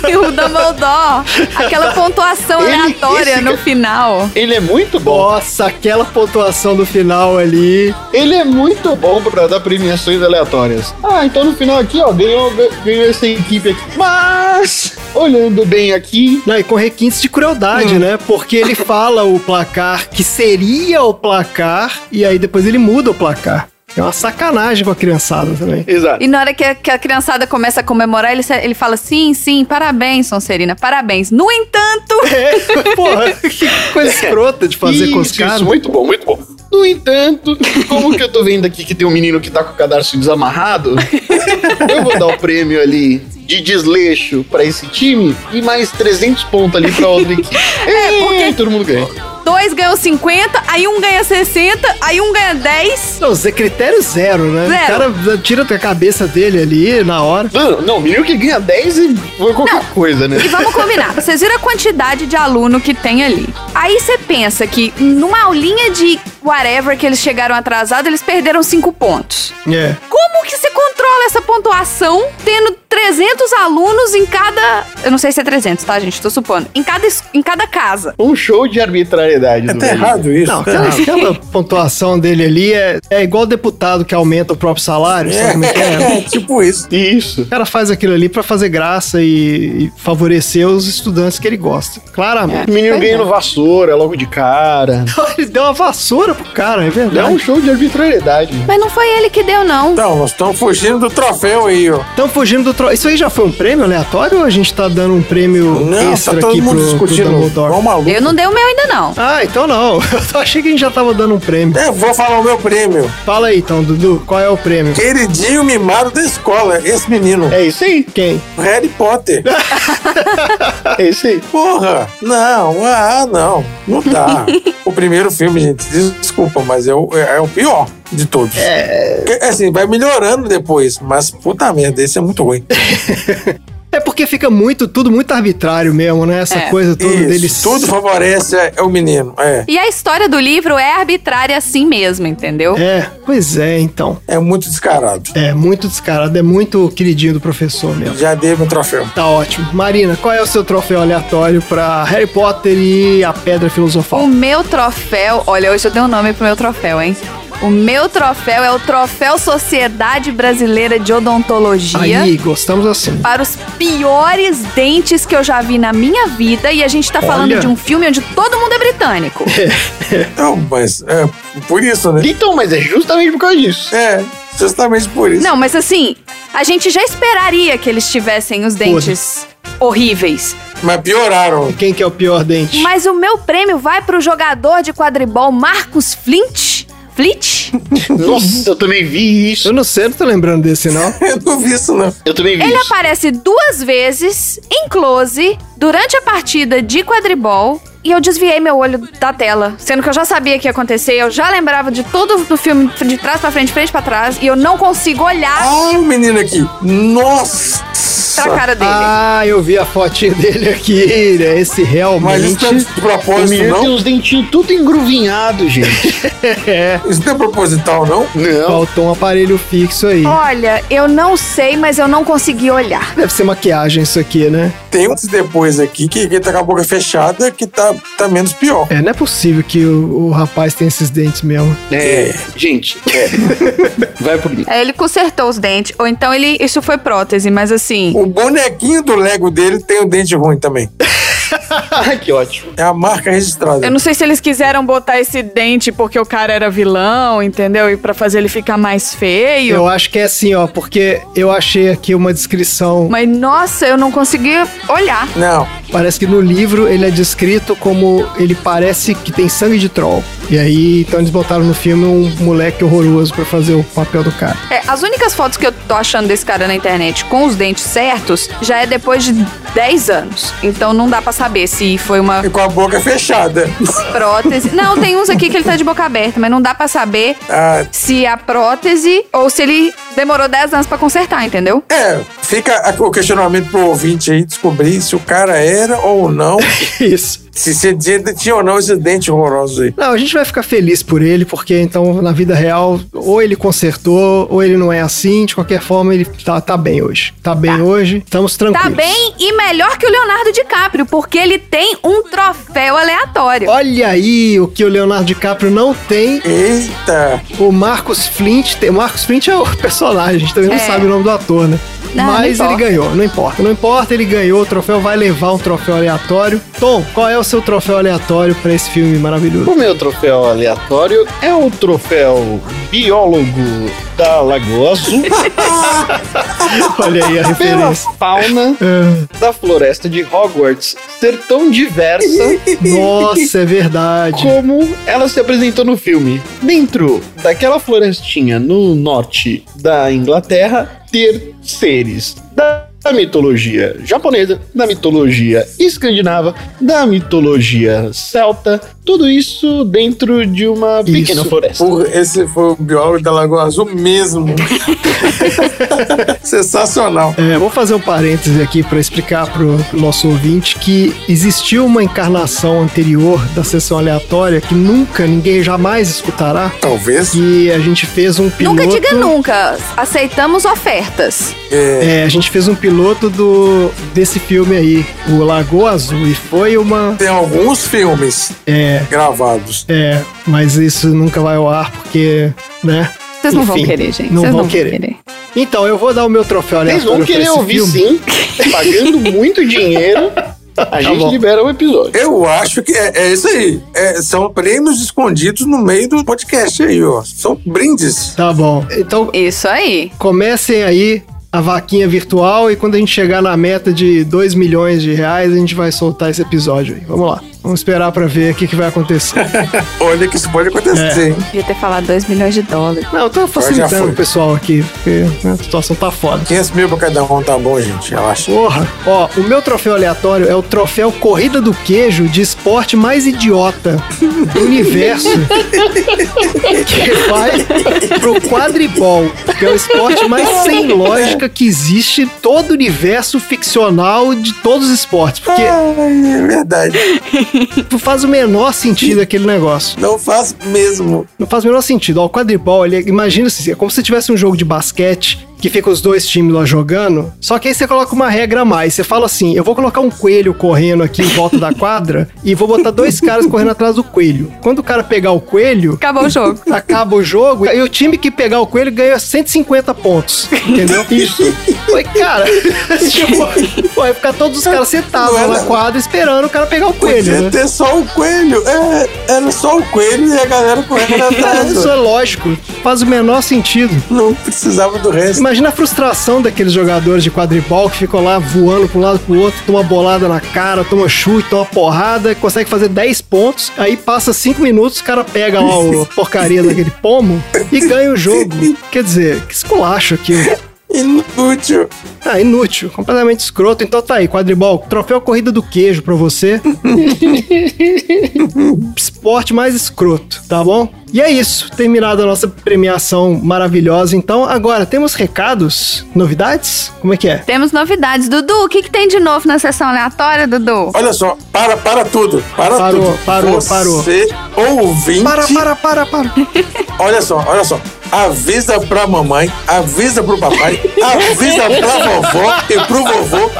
C: O Dumbledore. Aquela pontuação
A: Ele-
C: aleatória
A: esse
C: no
A: cara-
C: final.
A: Ele é muito bom.
B: Nossa, aquela pontuação do final ali.
A: Ele é muito bom pra dar premiações aleatórias. Ah, então no final aqui, ó, ganhou, ganhou essa equipe aqui. Mas, olhando bem aqui,
B: Não, e com requintes de crueldade, né? Porque <laughs> ele fala o placar que seria o placar e aí depois ele muda o placar. É uma sacanagem com a criançada também.
A: exato.
C: E na hora que a, que a criançada começa a comemorar, ele, se- ele fala: sim, sim, parabéns, Sonserina, parabéns. No entanto,
B: É, <laughs> porra, que coisa escrota de fazer com os
A: Isso,
B: caras.
A: isso, muito bom, muito bom. No entanto, como que eu tô vendo aqui que tem um menino que tá com o cadarço <laughs> desamarrado, eu vou dar o prêmio ali de desleixo pra esse time e mais 300 pontos ali pra outra equipe. É, porque todo mundo ganha.
C: dois ganham 50, aí um ganha 60, aí um ganha 10.
B: Não, Zé, é critério zero, né?
C: Zero.
B: O cara tira a cabeça dele ali na hora.
A: Mano, não, o menino que ganha 10 e foi qualquer coisa, né?
C: E vamos combinar, vocês viram a quantidade de aluno que tem ali. Aí você pensa que numa aulinha de whatever que eles chegaram atrasado, eles perderam 5 pontos.
B: É.
C: Como que você controla essa pontuação tendo 300 alunos em cada... Eu não sei se é 300, tá, gente? Tô supondo. Em cada, es- em cada casa.
A: Um show de arbitrariedade.
D: É
A: do
D: tá
A: velho.
D: errado isso.
B: Não,
D: tá
B: aquela,
D: errado.
B: <laughs> aquela pontuação dele ali é, é igual deputado que aumenta o próprio salário, sabe como é que é?
D: <laughs> É, tipo isso.
A: Isso.
B: O cara faz aquilo ali pra fazer graça e, e favorecer os estudantes que ele gosta. Claramente.
A: O menino ganhando vassoura logo de cara.
B: <laughs> Ele deu uma vassoura pro cara, é
A: É
B: verdade.
A: um show de arbitrariedade.
C: Mas não foi ele que deu, não.
D: Então, nós estamos fugindo do troféu aí, ó.
B: Então fugindo do tro... Isso aí já foi um prêmio aleatório ou a gente tá dando um prêmio
D: Não, tá
B: extra
D: todo
B: aqui
D: mundo
B: pro, pro
D: discutindo.
B: Dumbledore?
D: Igual maluco.
C: Eu não dei o meu ainda, não.
B: Ah, então não. <laughs> Eu achei que a gente já tava dando um prêmio.
D: Eu É, vou falar o meu prêmio.
B: Fala aí, então, Dudu, qual é o prêmio?
D: Queridinho mimado da escola, esse menino.
A: É isso aí.
B: Quem?
D: Harry Potter.
A: É isso aí.
D: Porra! Não, ah, não. Não dá. o primeiro filme, gente, desculpa, mas é o, é, é o pior de todos. É. Assim, vai melhorando depois, mas puta merda, esse é muito ruim.
B: É porque fica muito, tudo muito arbitrário mesmo, né? Essa
C: É.
B: coisa toda
D: Isso,
B: deles.
D: Tudo favorece é, é o menino. É.
C: E a história do livro é arbitrária assim mesmo, entendeu?
B: É, pois é, então.
D: É muito descarado.
B: É, muito descarado, é muito queridinho do professor mesmo.
D: Já dei meu troféu.
B: Tá ótimo. Marina, qual é o seu troféu aleatório pra Harry Potter e a Pedra
C: O
B: Filosofal?
C: meu troféu, olha, hoje eu dei um nome pro meu troféu, hein? O meu troféu é o Troféu Sociedade Brasileira de Odontologia.
B: Aí, gostamos assim.
C: Para os piores dentes que eu já vi na minha vida. E a gente tá falando
B: Olha.
C: de um filme onde todo mundo é britânico.
D: Então, mas é por isso, né?
A: Então, mas é justamente por causa disso.
D: É, justamente por isso.
C: Não, mas assim, a gente já esperaria que eles tivessem os dentes horríveis.
D: Mas pioraram. <laughs>
B: E Quem que é o pior dente?
C: Mas o meu prêmio vai pro jogador de quadribol Marcos Flint. Flint?
A: Nossa, eu também vi isso.
B: Eu não sei, não tô lembrando desse, não.
D: Eu não vi isso, não.
A: Eu também vi
C: Ele
A: isso.
C: aparece duas vezes em close durante a partida de quadribol e eu desviei meu olho da tela, sendo que eu já sabia que ia acontecer, eu já lembrava de todo do filme de trás pra frente, frente pra trás e eu não consigo olhar.
D: Ah, o menino aqui. Nossa!
H: pra cara dele.
B: <laughs> Ah, eu vi a fotinha dele aqui, né? Esse
D: Mas isso
B: realmente.
D: não é de
A: O
D: propósito,
A: menino tem
D: não?
A: os dentinhos tudo engruvinhado, gente.
B: é,
D: Isso não é proposital, não?
A: <laughs> Não.
B: faltou um aparelho fixo aí.
H: Olha, eu não sei, mas eu não consegui olhar.
B: Deve ser maquiagem isso aqui, né?
D: Tem uns depois aqui que, que tá com a boca fechada que tá, tá menos pior.
B: É, não é possível que o, o rapaz tenha esses dentes mesmo.
A: É, gente, é. <laughs> Vai pro
H: Aí ele consertou os dentes, ou então ele. Isso foi prótese, mas assim.
D: O bonequinho do Lego dele tem o dente ruim também.
A: Ah, que ótimo.
D: É a marca registrada.
C: Eu não sei se eles quiseram botar esse dente porque o cara era vilão, entendeu? E pra fazer ele ficar mais feio.
B: Eu acho que é assim, ó, porque eu achei aqui uma descrição.
H: Mas nossa, eu não consegui olhar.
D: Não,
B: Parece que no livro ele é descrito como ele parece que tem sangue de troll. E aí, então eles botaram no filme um moleque horroroso pra fazer o papel do cara.
H: É, as únicas fotos que eu tô achando desse cara na internet com os dentes certos já é depois de 10 anos. Então não dá pra saber se foi uma
D: e com a boca fechada.
H: prótese. Não, tem uns aqui que ele tá de boca aberta, mas não dá pra saber
D: Ah,
H: se é a prótese ou se ele demorou 10 anos pra consertar, entendeu?
D: é, fica a- o questionamento pro ouvinte aí descobrir se o cara era ou
C: <laughs>
D: não,
B: <laughs> Isso.
D: se esse dente tinha ou não esse dente horroroso aí.
B: Não, a gente vai ficar feliz por ele, porque então na vida real, ou ele consertou, ou ele não é assim. De qualquer forma, ele tá, tá bem hoje. Tá bem hoje, estamos
H: Tá
B: tranquilos.
H: bem e melhor que o Leonardo DiCaprio, porque ele tem um troféu aleatório.
B: Olha aí o que o Leonardo DiCaprio não tem.
D: Eita!
B: O Marcos Flint tem. O Marcos Flint é o <laughs> personagem, a gente também
H: É.
B: não sabe o nome do ator, né?
H: Não, não
B: Mas ele
H: importa.
B: ganhou, não importa. Não importa, ele ganhou o troféu, vai levar um troféu aleatório. Tom, qual é o seu troféu aleatório pra esse filme maravilhoso?
A: O meu troféu aleatório é o troféu biólogo da Lagoa <laughs> Azul
B: <laughs> Olha aí a
A: pela
B: referência.
A: fauna
B: Ah,
A: da floresta de Hogwarts ser tão diversa
B: <laughs>
A: <laughs>
B: Nossa, é verdade.
A: como ela se apresentou no filme. Dentro daquela florestinha no norte da Inglaterra, ter seres da mitologia japonesa, da mitologia escandinava, da mitologia celta, tudo isso dentro de uma pequena
B: Isso.
A: floresta.
D: Porra, esse foi o biólogo da Lagoa Azul
C: <laughs>
D: mesmo. Sensacional.
B: É, vou fazer um parêntese aqui pra explicar pro nosso ouvinte que existiu uma encarnação anterior da sessão aleatória que nunca ninguém jamais escutará.
D: Talvez.
B: E a gente fez um piloto.
H: Nunca diga nunca, aceitamos ofertas.
D: É,
B: É, a gente fez um piloto do desse filme aí, o Lagoa Azul, e foi uma.
D: tem alguns filmes
B: É,
D: gravados.
B: é, mas isso nunca vai ao ar porque, né?
H: Vocês não vão
B: Enfim,
H: querer, gente.
B: não
H: Vocês
B: vão querer. Então eu vou dar o meu troféu
A: Vocês vão
B: aleatório. pra
A: querer
B: esse
A: ouvir
B: filme.
A: sim, é pagando muito dinheiro.
B: <laughs>
A: A gente
B: Tá bom.
A: libera o episódio.
D: Eu acho que é, é isso aí. É, são prêmios escondidos no meio do podcast aí, ó. São brindes.
B: Tá bom. Então
H: Isso aí.
B: comecem aí a vaquinha virtual e quando a gente chegar na meta de 2 milhões de reais, a gente vai soltar esse episódio aí. Vamos lá. Vamos esperar pra ver o que, que vai
D: <laughs>
B: acontecer.
D: Olha que isso pode
B: É.
D: acontecer, hein?
H: Devia ter falado 2 milhões de dólares.
B: Não, eu tô
D: Já
B: facilitando
D: foi.
B: o pessoal aqui, porque né, a situação tá foda.
D: 500 mil pra cada um tá bom, gente. Relaxa.
B: Porra! Ó, o meu troféu aleatório é o troféu Corrida do Queijo de esporte mais idiota do universo. que vai pro quadribol, que é o esporte mais sem lógica que existe em todo o universo ficcional de todos os esportes. Porque
D: Ai, é verdade.
B: não faz o menor sentido aquele negócio.
D: Não faz mesmo.
B: Não faz o menor sentido. Ó, o quadribol, ele, imagina se é como se tivesse um jogo de basquete que fica os dois times lá jogando. Só que aí você coloca uma regra a mais. Você fala assim: eu vou colocar um coelho correndo aqui em volta da quadra e vou botar dois caras correndo atrás do coelho. Quando o cara pegar o coelho.
H: Acabou o jogo.
B: Acaba o jogo e o time que pegar o coelho ganha 150 pontos. Entendeu? Isso. Foi, cara. <laughs> tipo, pô, vai ficar todos os caras sentados lá na quadra esperando o cara pegar o coelho.
D: Podia
B: Né?
D: ter só o coelho. É, era só o coelho e a galera correndo
B: <laughs> Isso é
D: atrás.
B: lógico. Faz o menor sentido.
D: Não precisava do resto.
B: Imagina a frustração daqueles jogadores de quadribol que ficam lá voando para um lado pro outro, toma bolada na cara, toma chute, toma porrada, consegue fazer 10 pontos, aí passa 5 minutos, o cara pega lá o porcaria daquele pomo e ganha o jogo. Quer dizer, que esculacho aqui.
D: Inútil.
B: Ah, inútil, completamente escroto. Então <laughs> tá aí, quadribol, troféu corrida do queijo pra você. Espo- esporte mais escroto, tá bom? E é isso, terminada a nossa premiação maravilhosa. Então, agora temos recados, novidades? Como é que é?
C: Temos novidades. Dudu, o que, que tem de novo na sessão aleatória, Dudu?
D: Olha só, para, para tudo. Para
B: Parou,
D: tudo.
B: parou,
D: Você, ouvinte,
B: Para, para, para, para.
D: olha só, olha só. Avisa pra mamãe, avisa pro papai, avisa pra vovó e pro vovô,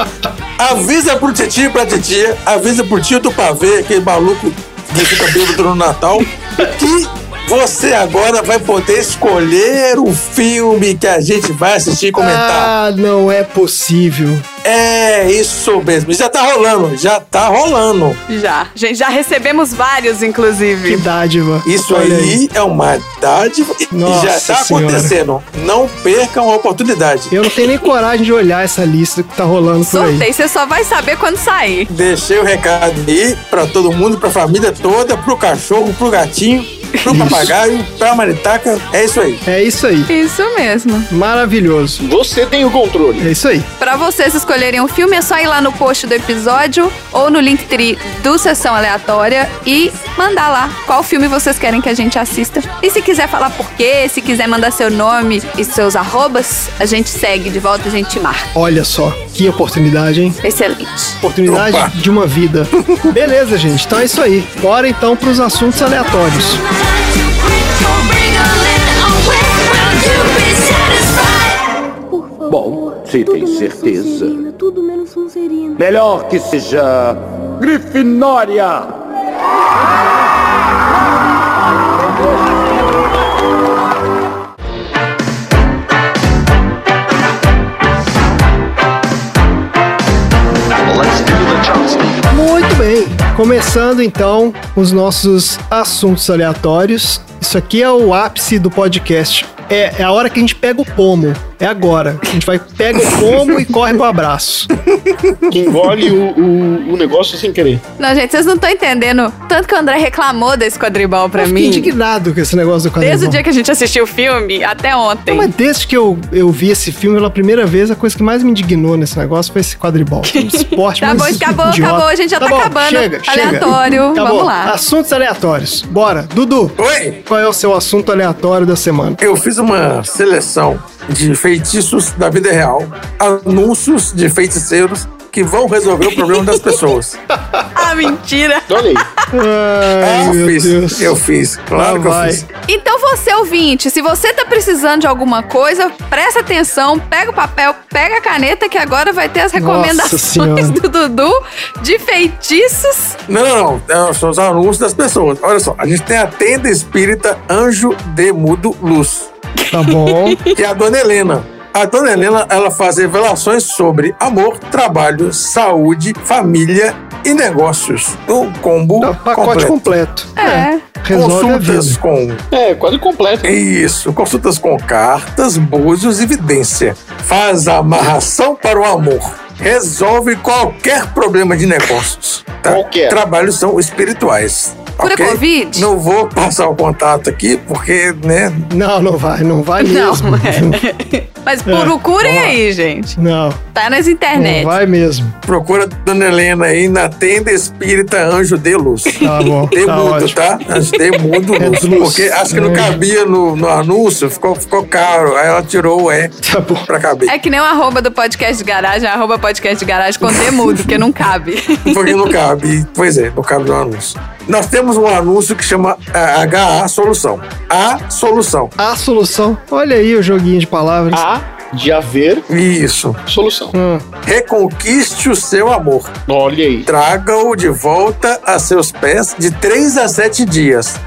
D: avisa pro titio e pra titia, avisa pro tio do pavê, aquele maluco que fica bêbado no Natal, que você agora vai poder escolher o filme que a gente vai assistir e comentar.
B: Ah, não é possível.
D: É isso mesmo. Já tá rolando, já tá rolando.
C: Já. Gente, já recebemos vários, inclusive.
B: Que dádiva.
D: Isso
B: Olha
D: aí é uma dádiva e- e
B: Nossa
D: já tá
B: Senhora.
D: acontecendo. Não percam a oportunidade.
B: Eu não tenho nem coragem de olhar essa lista que tá rolando por aí.
C: Sorteio, você só vai saber quando sair.
D: Deixei o recado aí pra todo mundo, pra família toda, pro cachorro, pro gatinho, pro papagaio, pra maritaca. É isso aí.
B: É isso aí.
C: Isso mesmo.
B: Maravilhoso.
A: Você tem o controle.
B: É isso aí.
C: Pra vocês escolherem um filme, é só ir lá no post do episódio ou no Linktree do Sessão Aleatória e mandar lá qual filme vocês querem que a gente assista. E se quiser falar por quê, se quiser mandar seu nome e seus arrobas, a gente segue de volta, a gente marca.
B: Olha só, que oportunidade, hein?
C: Excelente.
B: Oportunidade
D: Opa.
B: de uma vida. Beleza, gente. Então é isso aí. Bora então pros assuntos aleatórios.
F: Por favor.
I: Bom, se
F: Tudo
I: tem
F: menos
I: certeza.
F: Sonserina, Tudo menos Sonserina.
I: Melhor que seja Grifinória!
B: Muito bem. Começando então os nossos assuntos aleatórios. Isso aqui é o ápice do podcast. É, é a hora que a gente pega o pomo. É agora. A gente vai, pega o pomo e corre pro abraço.
A: Que engole o, o, o negócio sem querer.
C: Não, gente, vocês não estão entendendo. Tanto que o André reclamou desse quadribol pra
B: Eu fiquei
C: mim.
B: indignado com esse negócio do quadribol.
C: Desde o dia que a gente assistiu o filme até ontem.
B: Tá Não, mas desde que eu, eu vi esse filme pela primeira vez, a coisa que mais me indignou nesse negócio foi esse quadribol. Um esporte
C: Tá
B: mais
C: bom, acabou,
B: idiota.
C: acabou, a gente já tá acabando.
B: Chega, chega.
C: Aleatório,
B: Acabou.
C: vamos lá.
B: Assuntos aleatórios. Bora, Dudu.
D: Oi!
B: Qual é o seu assunto aleatório da semana?
D: Eu fiz uma seleção de feitiços da vida real, anúncios de feiticeiros que vão resolver o problema das pessoas.
C: Ah, mentira!
A: Olha aí.
B: <laughs> Ai,
D: eu
B: meu
D: Ah, fiz,
B: Deus.
D: eu fiz, claro
B: Lá
D: que eu
B: vai.
D: fiz.
C: Então você, ouvinte, se você tá precisando de alguma coisa, presta atenção, pega o papel, pega a caneta, que agora vai ter as recomendações
B: Senhora.
C: do Dudu de feitiços.
D: Não, não, não. É, São os anúncios das pessoas. Olha só, a gente tem a tenda espírita Anjo de Mudo Luz,
B: Tá
D: <laughs>
B: bom.
D: que é a dona Helena. A dona Helena, ela faz revelações sobre amor, trabalho, saúde, família e negócios. Um combo
B: Tá, pacote
D: completo.
B: completo.
C: É.
B: Resolve a
D: Consultas
B: vida.
D: com
A: É, quase completo.
D: isso, consultas com cartas, búzios e vidência. Faz a amarração para o amor. Resolve qualquer problema de negócios. tá?
A: Qualquer.
D: Trabalhos são espirituais.
C: Cura
D: ok?
C: Covid?
D: Não vou passar o contato aqui, porque, né?
B: Não, não vai, não vai
C: Não, é.
B: é mesmo. <laughs>
C: Mas procurem aí, gente.
B: Não,
C: Tá nas
B: não
C: internet.
B: vai mesmo.
D: Procura a Dona Helena aí na tenda espírita Anjo de Luz.
B: Tá bom,
D: De
B: tá
D: mudo,
B: ótimo.
D: tá? Anjo de mudo
B: É
D: luz.
B: de luz.
D: Porque acho que não
B: É.
D: cabia no, no anúncio, ficou, ficou caro. Aí ela tirou o E
B: Tá bom.
D: pra caber.
C: É que nem o arroba do podcast de garagem, é arroba podcast de garagem com demudo, porque não cabe.
D: Porque Um não cabe. Pois é, não cabe no anúncio. Nós temos um anúncio que chama ah, HA Solução. A Solução.
B: A solução. Olha aí o joguinho de palavras.
A: Há de haver
D: Isso.
A: solução.
B: Hum.
D: Reconquiste o seu amor.
A: Olha aí.
D: Traga-o de volta a seus pés de 3 a 7 dias.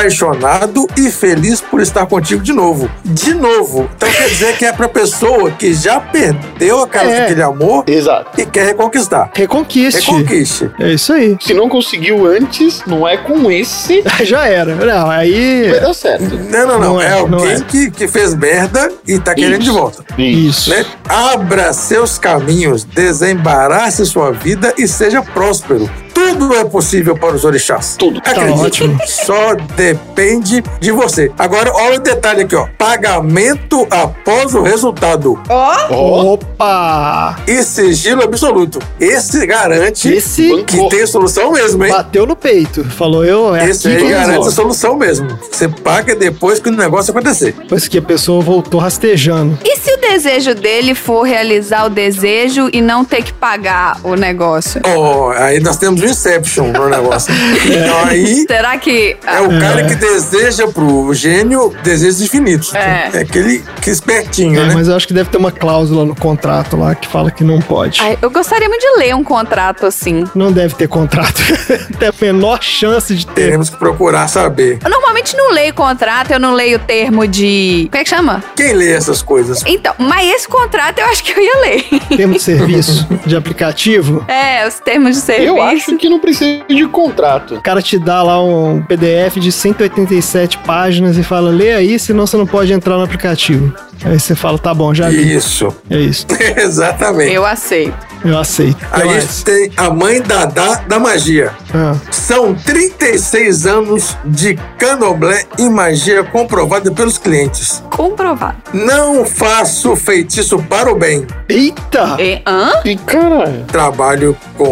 D: Apaixonado e feliz por estar contigo de novo. De novo. Então quer dizer que é pra pessoa que já perdeu a casa
B: É.
D: daquele amor
A: Exato.
D: e quer reconquistar.
B: Reconquiste.
D: Reconquiste.
B: É
D: <laughs>
B: isso aí.
A: Se não conseguiu antes, não é com esse que
B: Já era. Não, aí.
A: vai dar certo.
D: Não, não, não.
B: Não
D: é,
B: é, não
D: alguém
B: é.
D: Que, que fez merda e tá querendo de
A: Isso.
D: volta.
B: Isso.
D: né? Abra seus caminhos, desembarace sua vida e seja próspero. Tudo é possível para os orixás.
A: Tudo.
B: Tá ótimo.
D: Só depende de você. Agora, olha o detalhe aqui, ó. Pagamento após o resultado.
A: Ó,
B: Opa!
D: E sigilo absoluto. Esse garante
B: Esse
D: que tem solução mesmo, hein?
B: bateu no peito. Falou eu, é
D: Esse
B: aqui que
D: aí
B: eu
D: garante a
B: resolvo.
D: solução mesmo. Você paga depois que o negócio acontecer.
B: Depois que a pessoa voltou rastejando.
C: E se o desejo dele for realizar o desejo e não ter que pagar o negócio?
D: Ó, aí nós temos o Inception no
B: <laughs>
D: negócio. Então aí
C: Será que. ah,
D: É o cara que deseja pro gênio desejos infinitos.
C: É.
D: É, aquele que espertinho,
B: É,
D: né?
B: Mas eu acho que deve ter uma cláusula no contrato lá que fala que não pode.
C: Ai, eu gostaria muito de ler um contrato assim.
B: Não deve ter contrato. <laughs> Tem a menor chance de ter.
D: Teremos que procurar saber.
C: Eu normalmente não leio contrato, eu não leio o termo de. Como é que chama?
D: Quem lê essas coisas?
C: Então, mas esse contrato eu acho que eu ia ler. <laughs>
D: É.
B: Termo de serviço de aplicativo.
C: É, os termos de serviço.
A: eu acho que não precisa de contrato.
B: O cara te dá lá um PDF de 187 páginas e fala: lê aí, senão você não pode entrar no aplicativo. Aí você fala: tá bom, já li.
D: Isso, <laughs>
B: É isso.
D: exatamente.
C: Eu aceito.
B: Eu aceito.
D: Aí a gente tem a mãe Dadá da magia.
B: Ah,
D: São 36 anos de candomblé e magia comprovada pelos clientes.
C: Comprovado.
D: Não faço feitiço para o bem.
B: Eita!
C: E, hã?
A: E, cara,
D: Trabalho com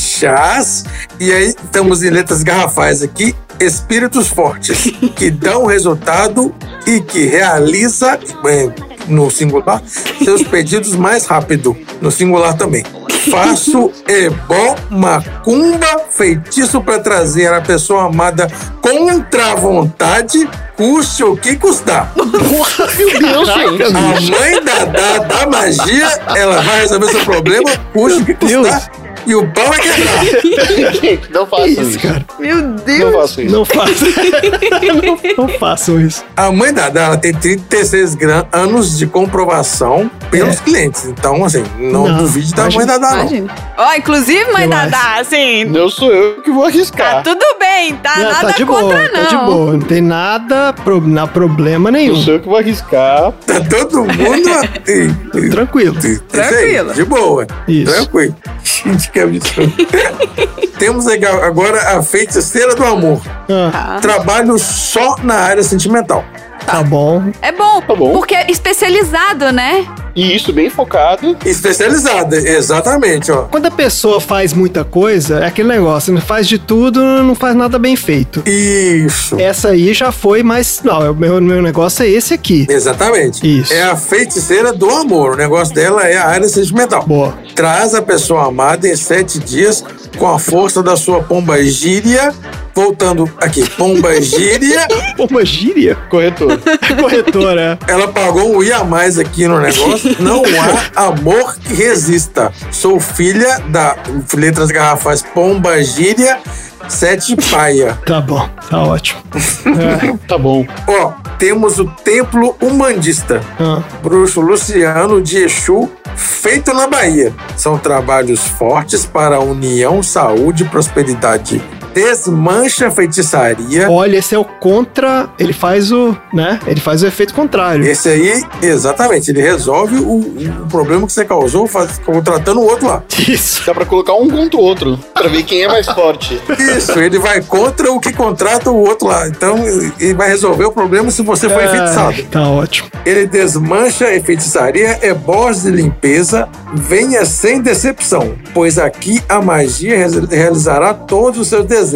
D: orixás. E aí estamos em letras garrafais aqui. Espíritos fortes que dão resultado e que realiza eh, no singular seus pedidos mais rápido. No singular também. Faço ebó, macumba, feitiço para trazer a pessoa amada contra a vontade, custe o que custar.
A: meu Deus,
D: <laughs> A
A: cara.
D: mãe da, da, da magia, ela vai resolver seu problema, puxa o que custar. E o pau vai quebrar.
A: não faço
B: Que
A: isso,
B: isso, cara?
C: Meu
A: Não
C: Deus.
A: faço isso.
B: Não façam. <laughs> não, não façam isso.
D: A mãe da Dá, ela tem 36 gran- anos de comprovação pelos clientes. Então, assim, não,
B: Não,
D: duvide da mãe da Dá, Ah, não.
C: Imagina. Ó, inclusive, mãe
B: Eu
C: Dadá, assim.
A: Não sou eu que vou
C: Tá
A: arriscar.
C: tudo bem, tá?
B: Não,
C: nada
B: tá de
C: contra,
B: boa,
C: não.
B: tá de boa. Não tem nada, pro, na problema
A: Não
B: nenhum.
A: sou eu que vou arriscar.
D: Tá todo mundo. assim, e- e-
B: Tranquilo.
D: e-
C: Tranquilo.
D: De boa.
B: Isso.
D: Tranquilo. Gente, que absurdo. <laughs> Temos aqui agora a feiticeira do amor.
B: Ah,
D: Trabalho só na área sentimental.
B: tá bom.
C: É bom,
A: Tá bom.
C: porque é especializado, né?
A: E isso bem focado.
D: Especializada, exatamente, ó.
B: Quando a pessoa faz muita coisa, é aquele negócio, não faz de tudo, não faz nada bem feito.
D: Isso.
B: Essa aí já foi, mas não, o meu, meu negócio é esse aqui.
D: Exatamente.
B: Isso.
D: É a feiticeira do amor. O negócio dela é a área sentimental.
B: Boa.
D: Traz a pessoa amada em sete dias com a força da sua pomba gíria. Voltando aqui,
B: <laughs>
D: pomba gíria.
B: Pô, uma gíria?
A: Corretor.
B: Corretora. é.
D: Ela pagou um I a mais aqui no negócio. Não há amor que resista. Sou filha da Letras Garrafais Pomba Gíria Sete Paia.
B: Tá bom, tá ótimo. É,
A: <laughs> Tá bom.
D: Ó, temos o Templo Humandista.
B: ah,
D: Bruxo Luciano de Exu, feito na Bahia. São trabalhos fortes para a união, saúde e prosperidade. Desmancha a feitiçaria.
B: Olha, esse é o contra. Ele faz o. né? Ele faz o efeito
A: É.
B: contrário.
D: Esse aí, exatamente, ele resolve o, o problema que você causou faz- contratando o outro lá.
B: Isso.
A: Dá pra colocar um contra o outro. Pra ver quem é mais forte.
D: Isso, ele vai contra o que contrata o outro lá. Então, ele vai resolver o problema se você for enfeitiçado.
B: Ah, Tá ótimo.
D: Ele desmancha a feitiçaria, é boss de limpeza, venha sem decepção, pois aqui a magia re- realizará todos os seus desejos.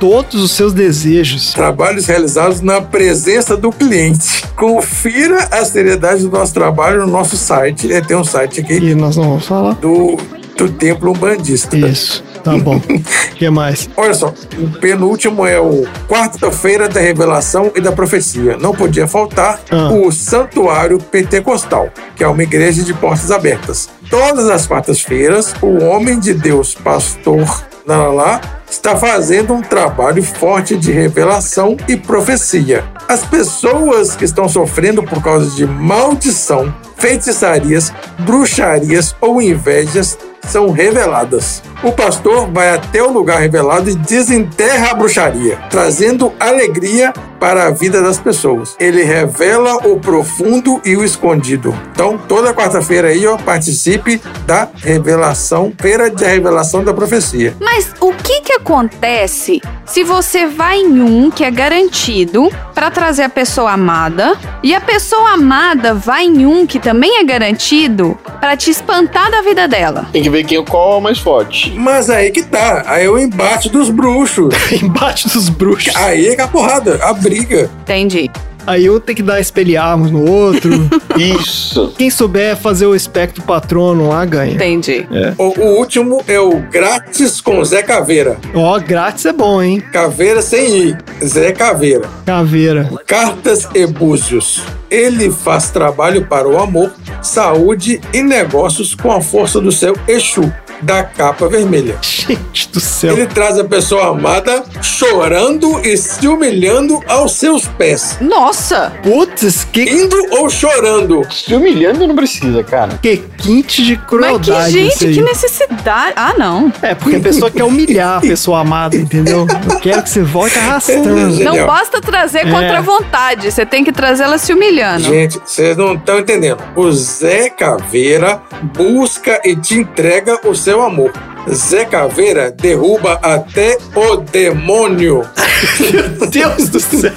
B: Todos os seus desejos.
D: Trabalhos realizados na presença do cliente. Confira a seriedade do nosso trabalho no nosso site. É, tem um site aqui
B: E nós não vamos falar.
D: do, do Templo Umbandista.
B: Isso. Tá bom. O que mais? <laughs>
D: Olha só, o penúltimo é o Quarta-feira da Revelação e da Profecia. Não podia faltar
B: Ah.
D: o Santuário Pentecostal, que é uma igreja de portas abertas. Todas as quartas-feiras, o homem de Deus, pastor Nalalá, está fazendo um trabalho forte de revelação e profecia. As pessoas que estão sofrendo por causa de maldição, feitiçarias, bruxarias ou invejas são reveladas. O pastor vai até o lugar revelado e desenterra a bruxaria, trazendo alegria para a vida das pessoas. Ele revela o profundo e o escondido. Então, toda quarta-feira aí, ó, participe da revelação, feira de revelação da profecia.
C: Mas o que que acontece se você vai em um que é garantido para trazer a pessoa amada e a pessoa amada vai em um que também é garantido para te espantar da vida dela?
A: Tem que ver quem qual é o mais forte.
D: Mas aí que tá, aí é o embate dos bruxos.
B: Embate dos bruxos.
D: Aí é que é a porrada, a briga.
C: Entendi.
B: Aí um tem que dar espelharmos no outro.
A: Isso.
B: Quem souber fazer o espectro patrono lá ganha.
C: Entendi.
D: O, o último é o grátis com Zé Caveira.
B: Ó, grátis é bom, hein?
D: Caveira sem I, Zé Caveira.
B: Caveira.
D: Cartas e Búzios. Ele faz trabalho para o amor, saúde e negócios com a força do seu Exu, da capa vermelha.
B: Gente do céu.
D: Ele traz a pessoa amada chorando e se humilhando aos seus pés.
C: Nossa!
B: Putz, que,
D: Indo ou chorando?
A: Se humilhando não precisa, cara.
B: que quinte de
C: Mas
B: crueldade.
C: que
B: isso
C: gente,
B: aí.
C: que necessidade. Ah, não.
B: É, porque a pessoa quer humilhar a pessoa amada, entendeu? Eu quero que você volte
C: <laughs>
B: arrastando.
C: Não
D: Entendeu?
C: basta trazer contra a vontade, você tem que trazê-la se humilhando.
D: Gente, vocês não estão entendendo. O Zé Caveira busca e te entrega o seu amor. Zé Caveira derruba até o demônio.
B: Meu Deus do céu.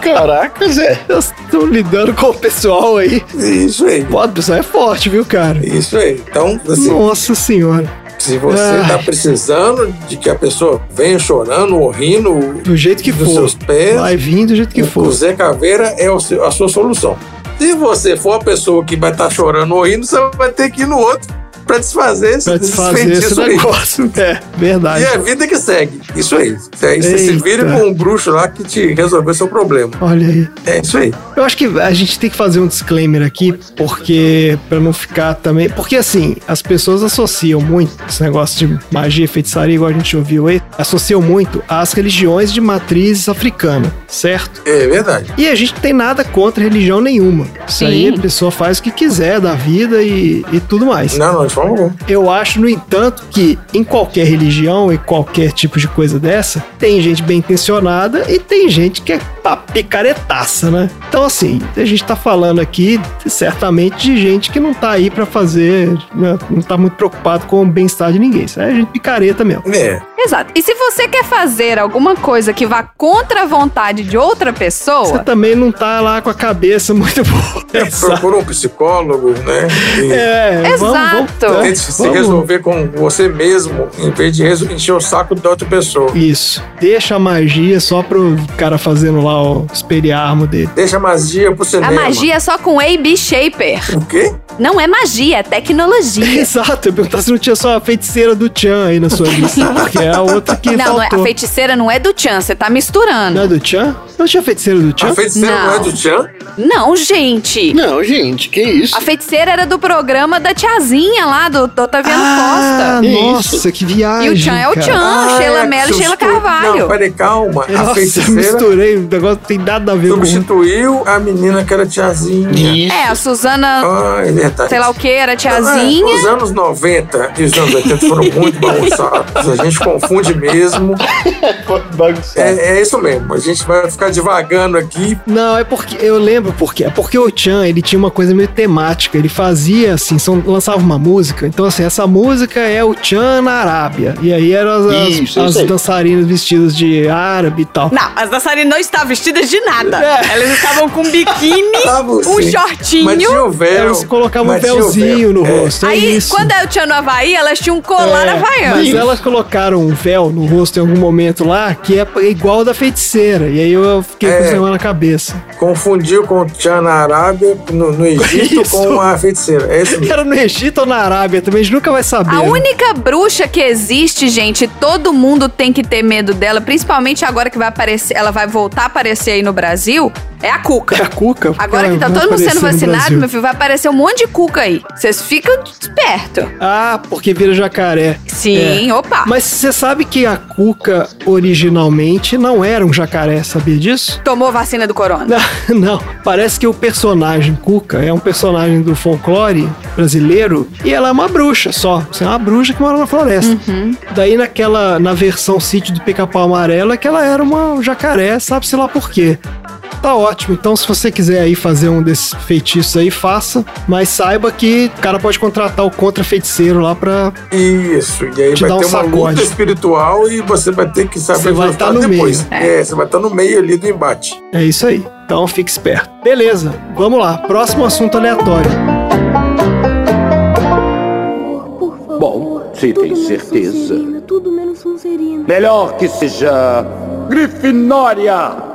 A: Caraca, Zé.
B: Vocês estão lidando com o pessoal aí.
D: Isso aí.
B: Pô, o pessoal é forte, viu, cara?
D: Isso aí. Então, assim,
B: Nossa senhora.
D: se você
B: Ai.
D: está precisando de que a pessoa venha chorando ou rindo
B: Do jeito que
D: dos
B: for.
D: seus pés,
B: Vai vir do jeito que
D: o- o
B: for.
D: Zé Caveira é o seu- a sua solução. Se você for a pessoa que vai estar chorando ou rindo, você vai ter que ir no outro para desfazer,
B: Pra desfazer
D: feitiço
B: esse
D: aí.
B: negócio. <laughs> É, verdade.
D: E é a vida que segue. Isso aí. É, Você se
B: Eita.
D: vira com um bruxo lá que te resolveu seu problema.
B: Olha aí.
D: É isso aí.
B: Eu acho que a gente tem que fazer um disclaimer aqui, porque para não ficar também, porque assim, as pessoas associam muito esse negócio de magia, feitiçaria, igual a gente ouviu aí, associam muito às religiões de matriz africana, certo?
D: É verdade.
B: E a gente não tem nada contra religião nenhuma. Isso aí
C: Sim.
B: a pessoa faz o que quiser da vida e, e tudo mais.
D: Não, não, de forma alguma.
B: Eu acho, no entanto, que em qualquer religião e qualquer tipo de coisa dessa, tem gente bem intencionada e tem gente que é pa- picaretaça, né? Então, assim, a gente tá falando aqui certamente de gente que não tá aí pra fazer, né, não tá muito preocupado com o bem-estar de ninguém. Isso aí é gente picareta mesmo.
D: É.
C: Exato. E se você quer fazer alguma coisa que vá contra a vontade de outra
B: Você
C: pessoa,
B: também não tá lá com a cabeça muito boa. Exato.
D: Procura um psicólogo, né? E
B: É,
C: Exato.
B: né,
D: Tente se resolver com você mesmo, em vez de resol- encher o saco da outra pessoa.
B: Isso. Deixa a magia só pro cara fazendo lá o espelharmo dele.
D: Deixa a magia pro cinema.
C: a magia é só com AB Shaper.
D: O quê?
C: Não é magia, é tecnologia.
B: <laughs> Exato, eu ia perguntar se não tinha só a feiticeira do Chan aí na
A: <laughs>
B: sua lista. Porque é a outra que
C: não, não é, a
B: faltou.
C: feiticeira não é do Chan, você tá
B: Não
C: misturando.
B: é do Chan? Não tinha feiticeira do Chan?
D: A feiticeira não. é
C: Não.
D: do Tchan?
C: Não, gente.
A: Não, gente, que isso?
C: A feiticeira era do programa da tiazinha lá, do, do Otaviano
B: Ah,
C: Costa.
A: Que
B: nossa, que viagem.
C: é E o Chan é o
B: cara.
C: Chan, Sheila
D: é,
C: Mello e Sheila
D: substitu- Não,
C: Carvalho.
D: peraí, calma. a
B: Nossa, eu
D: feiticeira
B: misturei, o negócio não tem nada a ver com o
D: substituiu a menina que era tiazinha.
A: Isso.
C: é, a Suzana,
D: Ah, é verdade.
C: sei lá o que, era
D: Ah,
B: É,
C: tiazinha.
D: Os anos 90 e os anos 80 foram muito bagunçados. A gente confunde mesmo.
A: Bagunçado.
D: É, é isso mesmo. A gente vai ficar divagando aqui.
B: Não, é porque eu lembro porque é porque o Chan ele tinha uma coisa meio temática. Ele fazia assim, são- lançava uma música. Então assim, essa música é o Chan na Arábia. E aí eram as, as-
A: Isso, eu
B: as
A: sei.
B: dançarinas vestidas de árabe e tal.
J: Não, as dançarinas não estavam vestidas de nada.
B: É.
J: Elas estavam com biquíni,
D: Tá,
J: um
D: você. Mas
J: shortinho.
D: tinha o véu.
B: Elas colocavam um
D: Mas tinha o
B: véuzinho no
D: É.
B: rosto. é
C: Aí,
B: isso.
C: quando é o Tchan no Havaí, elas tinham um colar
B: É,
C: havaiano.
B: Mas elas colocaram um véu no rosto em algum momento lá que é igual ao da feiticeira. E aí eu fiquei com
D: É.
B: isso negócio na cabeça.
D: Confundiu com o Tchan na Arábia, no, no Egito,
B: <laughs> Isso.
D: com a feiticeira. É isso mesmo.
B: Era no Egito ou na Arábia também, a gente nunca vai saber.
C: A
B: né?
C: única bruxa que existe, gente, todo mundo tem que ter medo dela, principalmente agora que vai aparecer, ela vai voltar a aparecer aí no Brasil, É a cuca.
B: É a Cuca. porque
C: Agora
B: ela
C: que tá
B: vai
C: todo mundo sendo
B: aparecer no
C: vacinado,
B: Brasil.
C: meu filho, vai aparecer um monte de cuca aí. Vocês ficam esperto.
B: Ah, porque vira jacaré.
C: Sim, opa.
B: Mas você sabe que a Cuca originalmente não era um jacaré, sabia disso?
C: Tomou vacina do corona.
B: Não, <laughs> não, parece que o personagem Cuca é um personagem do folclore brasileiro e ela é uma bruxa só. Você é uma bruxa que mora na floresta. Daí naquela, na versão sítio do pica-pau amarelo é que ela era uma jacaré, sabe-se lá por quê. Tá ótimo, então se você quiser aí fazer um desses feitiços aí, faça, mas saiba que o cara pode contratar o contra-feiticeiro lá pra.
D: Isso, e aí
B: Te
D: vai
B: dá um
D: ter uma
B: sacode.
D: luta espiritual e você vai ter que saber
B: Você vai
D: lutar
B: tá no
D: depois. É. você vai estar no meio ali do embate.
B: É isso aí. Então fique esperto. Beleza, vamos lá. Próximo assunto aleatório.
F: Por favor.
I: Bom, se
F: Tudo
I: tem
F: menos
I: certeza.
F: Sonserina, tudo menos Sonserina.
I: Melhor que seja Grifinória.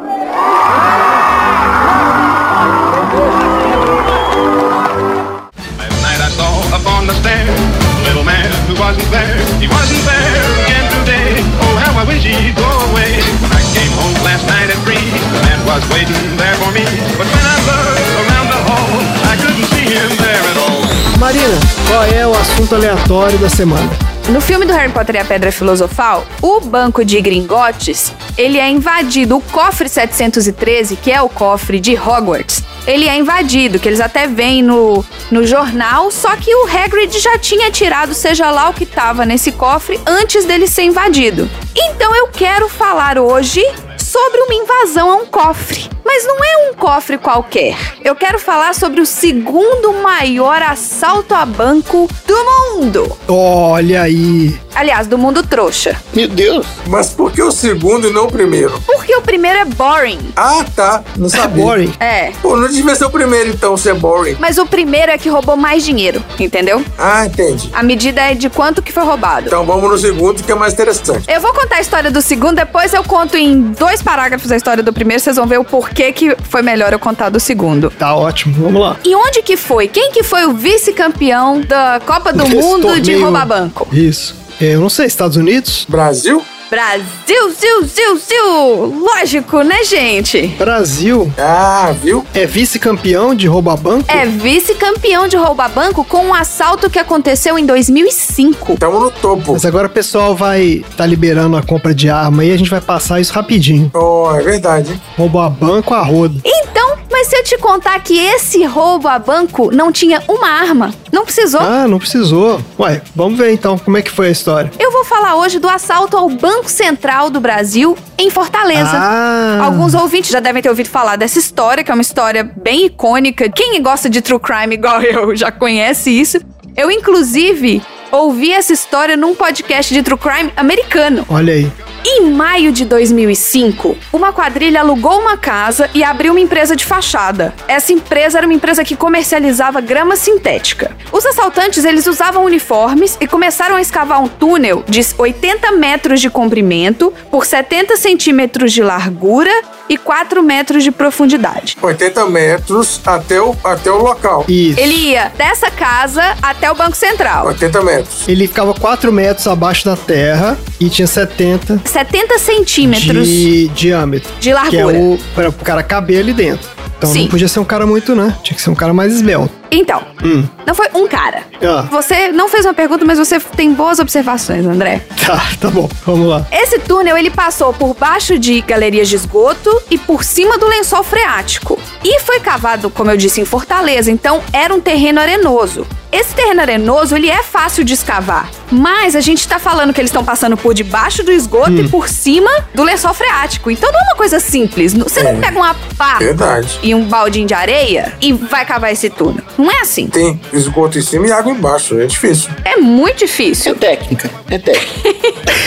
K: Night I saw upon the stair a little man who wasn't there. He wasn't there again today. Oh, how I wish he'd go away. When I came home last night at three, the man was waiting there for me. But when I looked around the hall, I couldn't see him there at all.
B: Marina, qual é o assunto aleatório da semana?
C: No filme do Harry Potter e a Pedra Filosofal, o banco de Gringotes, ele é invadido. O cofre 713, que é o cofre de Hogwarts, ele é invadido, que eles até veem no, no jornal, só que o Hagrid já tinha tirado seja lá o que tava nesse cofre antes dele ser invadido. Então eu quero falar hoje sobre uma invasão a um cofre. Mas não é um cofre qualquer. Eu quero falar sobre o segundo maior assalto a banco do mundo.
B: Olha aí.
C: Aliás, do mundo trouxa.
A: Meu Deus.
D: Mas por que o segundo e não o primeiro?
C: Porque o primeiro é boring.
D: Ah, tá. Não
B: Tá
D: sabia.
B: <laughs> boring.
C: É.
D: Pô, não devia ser o primeiro então, ser boring.
C: Mas o primeiro é que roubou mais dinheiro, entendeu?
D: Ah, entendi.
C: A medida é de quanto que foi roubado.
D: Então vamos no segundo, que é mais interessante.
C: Eu vou contar a história do segundo, depois eu conto em dois parágrafos a história do primeiro, vocês vão ver o porquê que foi melhor eu contar do segundo.
B: Tá ótimo, vamos lá.
C: E onde que foi? Quem que foi o vice-campeão da Copa
B: <laughs>
C: do
B: Esse
C: Mundo de
B: torneio-
C: roubar banco?
B: Isso. É, Eu não sei, Estados Unidos?
D: Brasil?
C: Brasil, ziu, ziu, ziu! Lógico, né, gente?
B: Brasil
D: Ah, viu?
B: é vice-campeão de roubar banco?
C: É vice-campeão de roubar banco com um assalto que aconteceu em 2005.
D: Estamos no topo.
B: Mas agora o pessoal vai tá liberando a compra de arma e a gente vai passar isso rapidinho.
D: Oh, é verdade. hein?
B: Roubar banco a rodo.
C: Então, mas se eu te contar que esse roubo a banco não tinha uma arma, não precisou.
B: Ah, não precisou. Ué, vamos ver então como é que foi a história.
C: Eu vou falar hoje do assalto ao Banco Central do Brasil em Fortaleza.
B: Ah.
C: Alguns ouvintes já devem ter ouvido falar dessa história, que é uma história bem icônica. Quem gosta de true crime igual <laughs> eu já conhece isso. Eu, inclusive, ouvi essa história num podcast de true crime americano.
B: Olha aí.
C: Em maio de 2005, uma quadrilha alugou uma casa e abriu uma empresa de fachada. Essa empresa era uma empresa que comercializava grama sintética. Os assaltantes eles usavam uniformes e começaram a escavar um túnel de 80 metros de comprimento por 70 centímetros de largura e 4 metros de profundidade.
D: 80 metros até o, até o local.
B: Isso.
C: Ele ia dessa casa até o Banco Central.
D: 80 metros.
B: Ele ficava 4 metros abaixo da terra e tinha 70
C: 70 centímetros de,
B: de diâmetro. Que é
C: largura.
B: o. para o cara caber ali dentro. Então
C: Sim.
B: não podia ser um cara muito, né? Tinha que ser um cara mais esbelto. <laughs>
C: Então,
B: Hum.
C: não foi um cara.
B: Ah,
C: Você não fez uma pergunta, mas você tem boas observações, André.
B: tá, tá bom. Vamos lá.
C: Esse túnel ele passou por baixo de galerias de esgoto e por cima do lençol freático. E foi cavado, como eu disse, em Fortaleza, então era um terreno arenoso. Esse terreno arenoso, ele é fácil de escavar, mas a gente tá falando que eles estão passando por debaixo do esgoto
B: Hum.
C: e por cima do lençol freático. Então não é uma coisa simples. Você
B: É.
C: não pega uma pá
D: Verdade.
C: e um baldinho de areia e vai cavar esse túnel. Não é assim.
D: Tem esgoto em cima e água embaixo. É difícil.
C: É muito difícil.
A: É técnica. É técnica.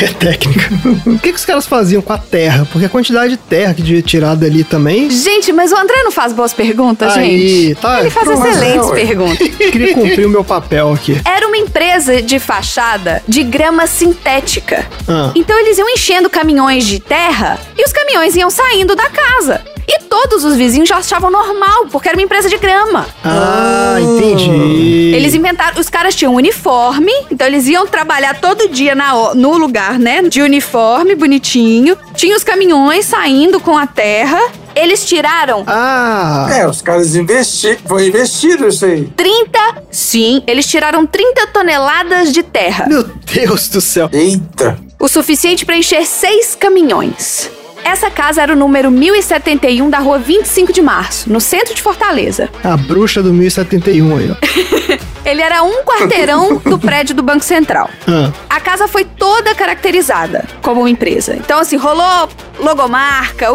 B: É técnica. <laughs> o que, que os caras faziam com a terra? Porque a quantidade de terra que devia tirar dali também.
C: Gente, mas o André não faz boas perguntas,
B: Aí,
C: gente.
B: tá,
C: Ele faz
B: pronto,
C: excelentes
D: não, ué.
C: perguntas.
B: Queria cumprir o meu papel aqui.
C: Era uma empresa de fachada de grama sintética.
B: Ah.
C: Então eles iam enchendo caminhões de terra e os caminhões iam saindo da casa. E todos os vizinhos já achavam normal, porque era uma empresa de grama.
B: Ah, entendi.
C: Oh. Eles inventaram, os caras tinham uniforme, então eles iam trabalhar todo dia na o- no lugar, né? De uniforme, bonitinho. Tinha os caminhões saindo com a terra. Eles tiraram.
B: Ah!
D: É, os caras investiram. Foi investido isso aí.
C: 30, sim, eles tiraram 30 toneladas de terra.
B: Meu Deus do céu.
D: Eita!
C: O suficiente para encher seis caminhões. Essa casa era o número 1071 da rua 25 de março, no centro de Fortaleza.
B: A bruxa do 1071 aí, ó.
C: Ele era um quarteirão do prédio do Banco Central.
B: Ah.
C: A casa foi toda caracterizada como uma empresa. Então, assim, rolou logomarca,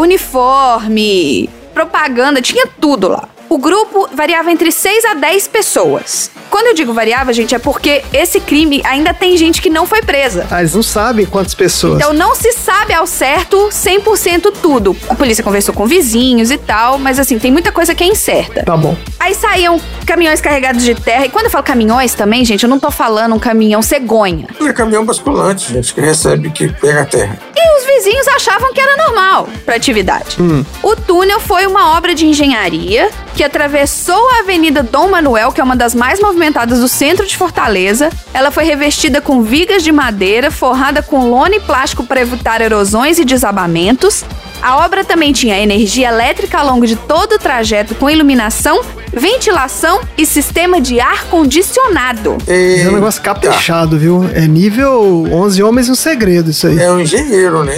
C: uniforme, propaganda, tinha tudo lá. O grupo variava entre 6 a 10 pessoas. Quando eu digo variava, gente, é porque esse crime ainda tem gente que não foi presa.
B: Ah, eles não sabem quantas pessoas.
C: Então não se sabe ao certo 100% tudo. A polícia conversou com vizinhos e tal, mas assim, tem muita coisa que é incerta.
B: Tá bom.
C: Aí saíam caminhões carregados de terra. E quando eu falo caminhões também, gente, eu não tô falando um caminhão cegonha.
D: É caminhão basculante, gente, que recebe, que pega a terra.
C: E os vizinhos achavam que era normal pra atividade.
B: Hum.
C: O túnel foi uma obra de engenharia que atravessou a Avenida Dom Manuel, que é uma das mais movimentadas do centro de Fortaleza. Ela foi revestida com vigas de madeira, forrada com lona e plástico para evitar erosões e desabamentos. A obra também tinha energia elétrica ao longo de todo o trajeto, com iluminação, ventilação e sistema de ar-condicionado.
D: E-
B: É um negócio caprichado, viu? É nível 11 homens e um segredo isso aí.
D: É um engenheiro, né?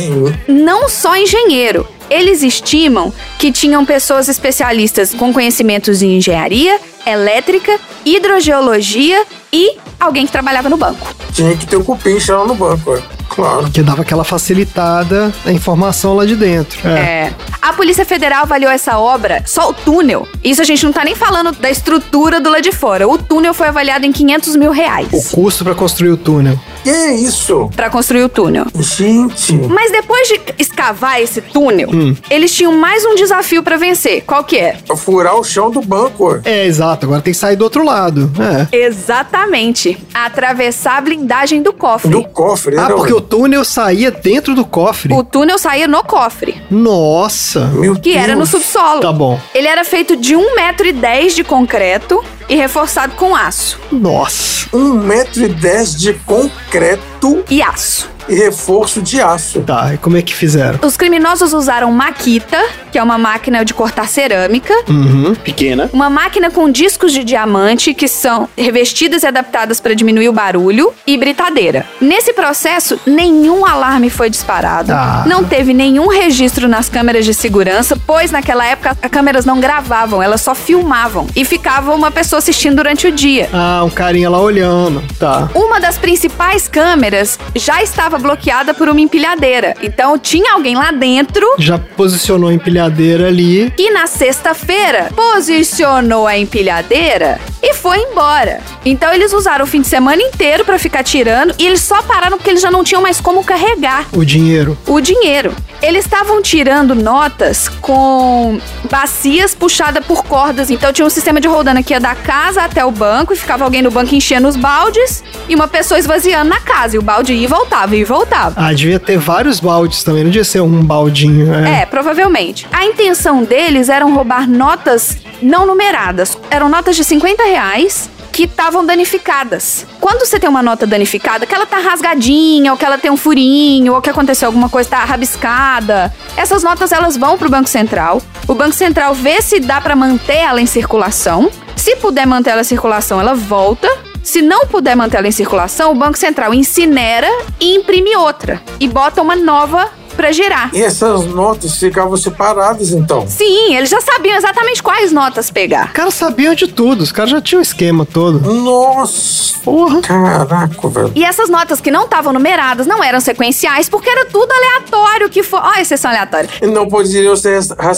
C: não só engenheiro. Eles estimam que tinham pessoas especialistas com conhecimentos em engenharia, elétrica, hidrogeologia e alguém que trabalhava no banco.
D: Tinha que ter um cupincha lá no banco, é. claro.
B: Que dava aquela facilitada a informação lá de dentro.
C: É. A Polícia Federal avaliou essa obra, só o túnel. Isso a gente não tá nem falando da estrutura do lado de fora. O túnel foi avaliado em 500 mil
B: O
C: reais
B: custo pra construir o túnel.
D: Que é isso?
C: pra construir o túnel.
D: Gente,
C: Mas depois de escavar esse túnel, eles tinham mais um desafio pra vencer. Qual que é?
D: furar o chão do banco. é.
B: É, exato. Agora tem que sair do outro lado. É.
C: Exatamente. Atravessar a blindagem do cofre.
D: Do cofre, né?
B: Ah,
D: não?
B: porque o túnel saía dentro do cofre?
C: O túnel saía no cofre,
B: Nossa!
D: Meu
C: que era no
D: Deus.
C: subsolo.
B: Tá bom.
C: Ele era feito de 1,10m de concreto e reforçado com aço.
B: Nossa!
D: Um metro e dez de concreto
C: E aço.
D: e reforço de aço.
B: Tá, e como é que fizeram?
C: Os criminosos usaram maquita, que é uma máquina de cortar cerâmica,
B: Uhum.
A: Pequena.
C: uma máquina com discos de diamante que são revestidas e adaptadas para diminuir o barulho e britadeira. Nesse processo, nenhum alarme foi disparado,
B: Ah.
C: não teve nenhum registro nas câmeras de segurança, pois naquela época as câmeras não gravavam, elas só filmavam e ficava uma pessoa assistindo durante o dia.
B: Ah, um carinha lá olhando. Tá.
C: Uma das principais câmeras já estava bloqueada por uma empilhadeira, então tinha alguém lá dentro
B: Já posicionou a empilhadeira ali.
C: que na sexta-feira posicionou a empilhadeira e foi embora. Então eles usaram o fim de semana inteiro pra ficar tirando e eles só pararam porque eles já não tinham mais como carregar
B: O dinheiro.
C: o dinheiro. Eles estavam tirando notas com bacias puxadas por cordas. Então tinha um sistema de rodando que ia da casa até o banco e ficava alguém no banco enchendo os baldes e uma pessoa esvaziando na casa. E o balde ia e voltava, ia e voltava.
B: Ah, devia ter vários baldes também. Não devia ser um baldinho. É.
C: É, provavelmente. A intenção deles era roubar notas não numeradas. Eram notas de 50 reais que estavam danificadas. Quando você tem uma nota danificada, que ela tá rasgadinha, ou que ela tem um furinho, ou que aconteceu alguma coisa, tá rabiscada, essas notas elas vão pro Banco Central. O Banco Central vê se dá para manter ela em circulação. Se puder manter ela em circulação, ela volta. Se não puder manter ela em circulação, o Banco Central incinera e imprime outra e bota uma nova para girar.
D: E essas notas ficavam separadas, então.
C: Sim, eles já sabiam exatamente quais notas pegar.
B: Os caras sabiam de tudo. Os caras já tinham o esquema todo.
D: Nossa!
B: Porra!
D: Caraca, velho.
C: E essas notas que não estavam numeradas não eram sequenciais, porque era tudo aleatório que foi. Ó, a exceção aleatória.
D: E não Então poderiam ser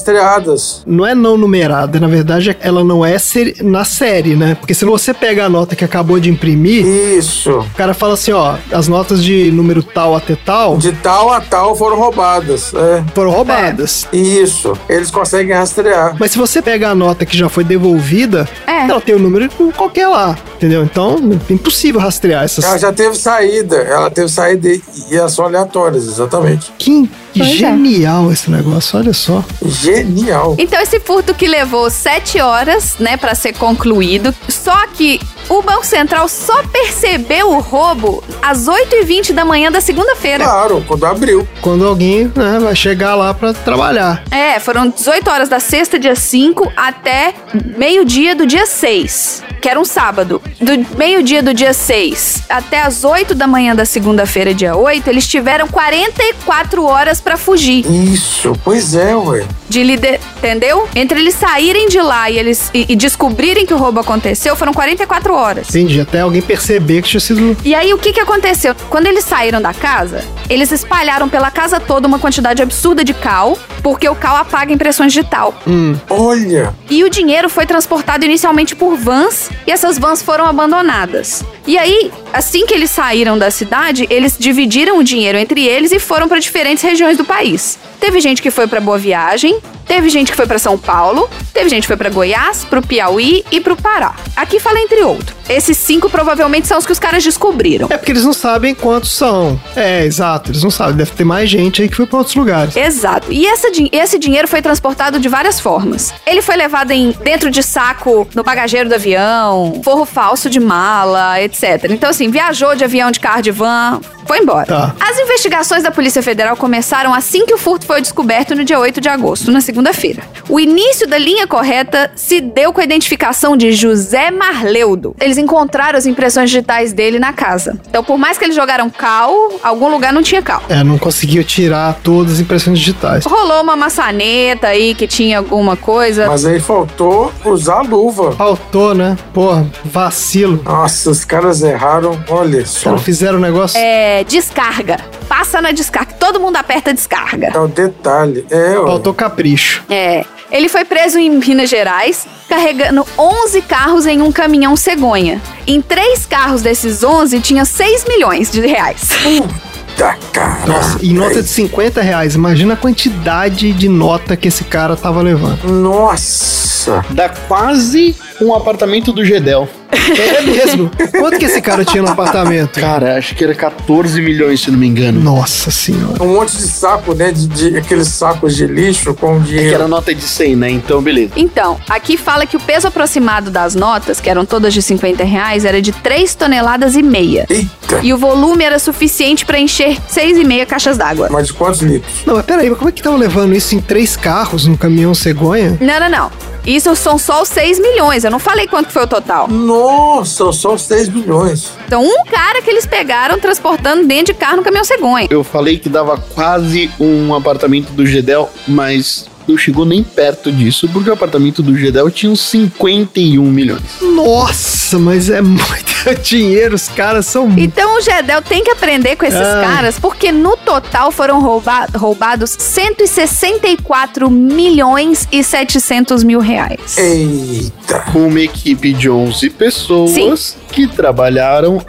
D: rastreadas.
B: Não é não numerada, na verdade ela não é seri- na série, né? Porque se você pega a nota que acabou de imprimir,
D: Isso.
B: o cara fala assim, ó, as notas de número tal até tal
D: De tal a tal foram roubadas. É.
B: foram roubadas.
D: Isso. Eles conseguem rastrear.
B: Mas se você pega a nota que já foi devolvida,
C: É.
B: ela tem o número com qualquer lá, entendeu? Então, é impossível rastrear essas.
D: Ela Ah, já teve saída. Ela teve saída e e elas são aleatórias, exatamente.
B: Que
C: Pois é.
B: genial esse negócio, olha só.
D: Genial.
C: Então, esse furto que levou sete horas, né, pra ser concluído, só que. o Banco Central só percebeu o roubo às 8h20 da manhã da segunda-feira.
D: Claro, quando abriu.
B: Quando alguém né, vai chegar lá para trabalhar.
C: É, foram 18 horas da sexta, dia 5, até meio-dia do dia 6, que era um sábado. Do meio-dia do dia 6 até as 8 da manhã da segunda-feira, dia 8, eles tiveram 44 horas para fugir.
D: Isso, pois é, ué.
C: De líder, entendeu? Entre eles saírem de lá e eles e, e descobrirem que o roubo aconteceu, foram 44 horas.
B: Entendi, até alguém perceber que tinha sido.
C: E aí, o que, que aconteceu? Quando eles saíram da casa, eles espalharam pela casa toda uma quantidade absurda de cal, porque o cal apaga impressões digital.
B: Hum.
D: Olha,
C: E o dinheiro foi transportado inicialmente por vans, e essas vans foram abandonadas. E aí, assim que eles saíram da cidade, eles dividiram o dinheiro entre eles e foram para diferentes regiões do país. Teve gente que foi para Boa Viagem, teve gente que foi para São Paulo, teve gente que foi para Goiás, para o Piauí e para o Pará. Aqui fala entre outros. Esses cinco provavelmente são os que os caras descobriram.
B: É porque eles não sabem quantos são. É, exato, eles não sabem. Deve ter mais gente aí que foi para outros lugares.
C: Exato. E essa din- esse dinheiro foi transportado de várias formas. Ele foi levado em dentro de saco no bagageiro do avião, forro falso de mala, etc. Então, assim, viajou de avião, de carro, de van, foi embora.
B: Tá.
C: As investigações da Polícia Federal começaram assim que o furto foi descoberto no dia 8 de agosto, na segunda-feira. O início da linha correta se deu com a identificação de José Marleudo. Eles encontraram as impressões digitais dele na casa. Então, por mais que eles jogaram cal, algum lugar não tinha cal.
B: É, não conseguiu tirar todas as impressões digitais.
C: Rolou uma maçaneta aí que tinha alguma coisa.
D: mas aí faltou usar a luva.
B: Faltou, né? Porra, vacilo.
D: Nossa, os caras erraram, olha
B: Os
D: só.
B: caras fizeram o negócio.
C: É, descarga. Passa na descarga. Todo mundo aperta a descarga.
D: É o detalhe. É, ó.
B: Faltou capricho.
C: É. Ele foi preso em Minas Gerais, carregando 11 carros em um caminhão cegonha. Em três carros desses 11, tinha 6 milhões de reais.
D: Tá, cara.
B: Nossa, e nota de 50 reais. Imagina a quantidade de nota que esse cara tava levando.
D: Nossa.
A: Dá quase um apartamento do Gedel.
B: É mesmo? Quanto que esse cara tinha no apartamento?
A: Cara, acho que era 14 milhões, se não me engano.
B: Nossa senhora.
D: Um monte de saco, né? De, de- aqueles sacos de lixo com
A: É que
D: dinheiro.
A: era nota de 100, né? Então, beleza.
C: Então, aqui fala que o peso aproximado das notas, que eram todas de 50 reais, era de 3 toneladas e meia.
D: Eita.
C: E o volume era suficiente para encher 6,5 caixas d'água.
D: Mas de quantos litros?
B: Não, mas peraí, mas como é que tava levando isso em três carros num caminhão cegonha?
C: Não, não, não. Isso são só os 6 milhões. Eu não falei quanto que foi o total.
D: Nossa, só 6 milhões.
C: Então, um cara que eles pegaram transportando dentro de carro no caminhão cegonha.
A: Eu falei que dava quase um apartamento do Gedel, mas não chegou nem perto disso, porque o apartamento do Gedel tinha uns 51 milhões.
B: Nossa, mas é <laughs> muito dinheiro, os caras são.
C: Então, o Gedel tem que aprender com esses
B: Ai.
C: caras, porque no total foram rouba- roubados 164 milhões e 700 mil reais.
D: Eita.
A: Com uma equipe de 11 pessoas que trabalharam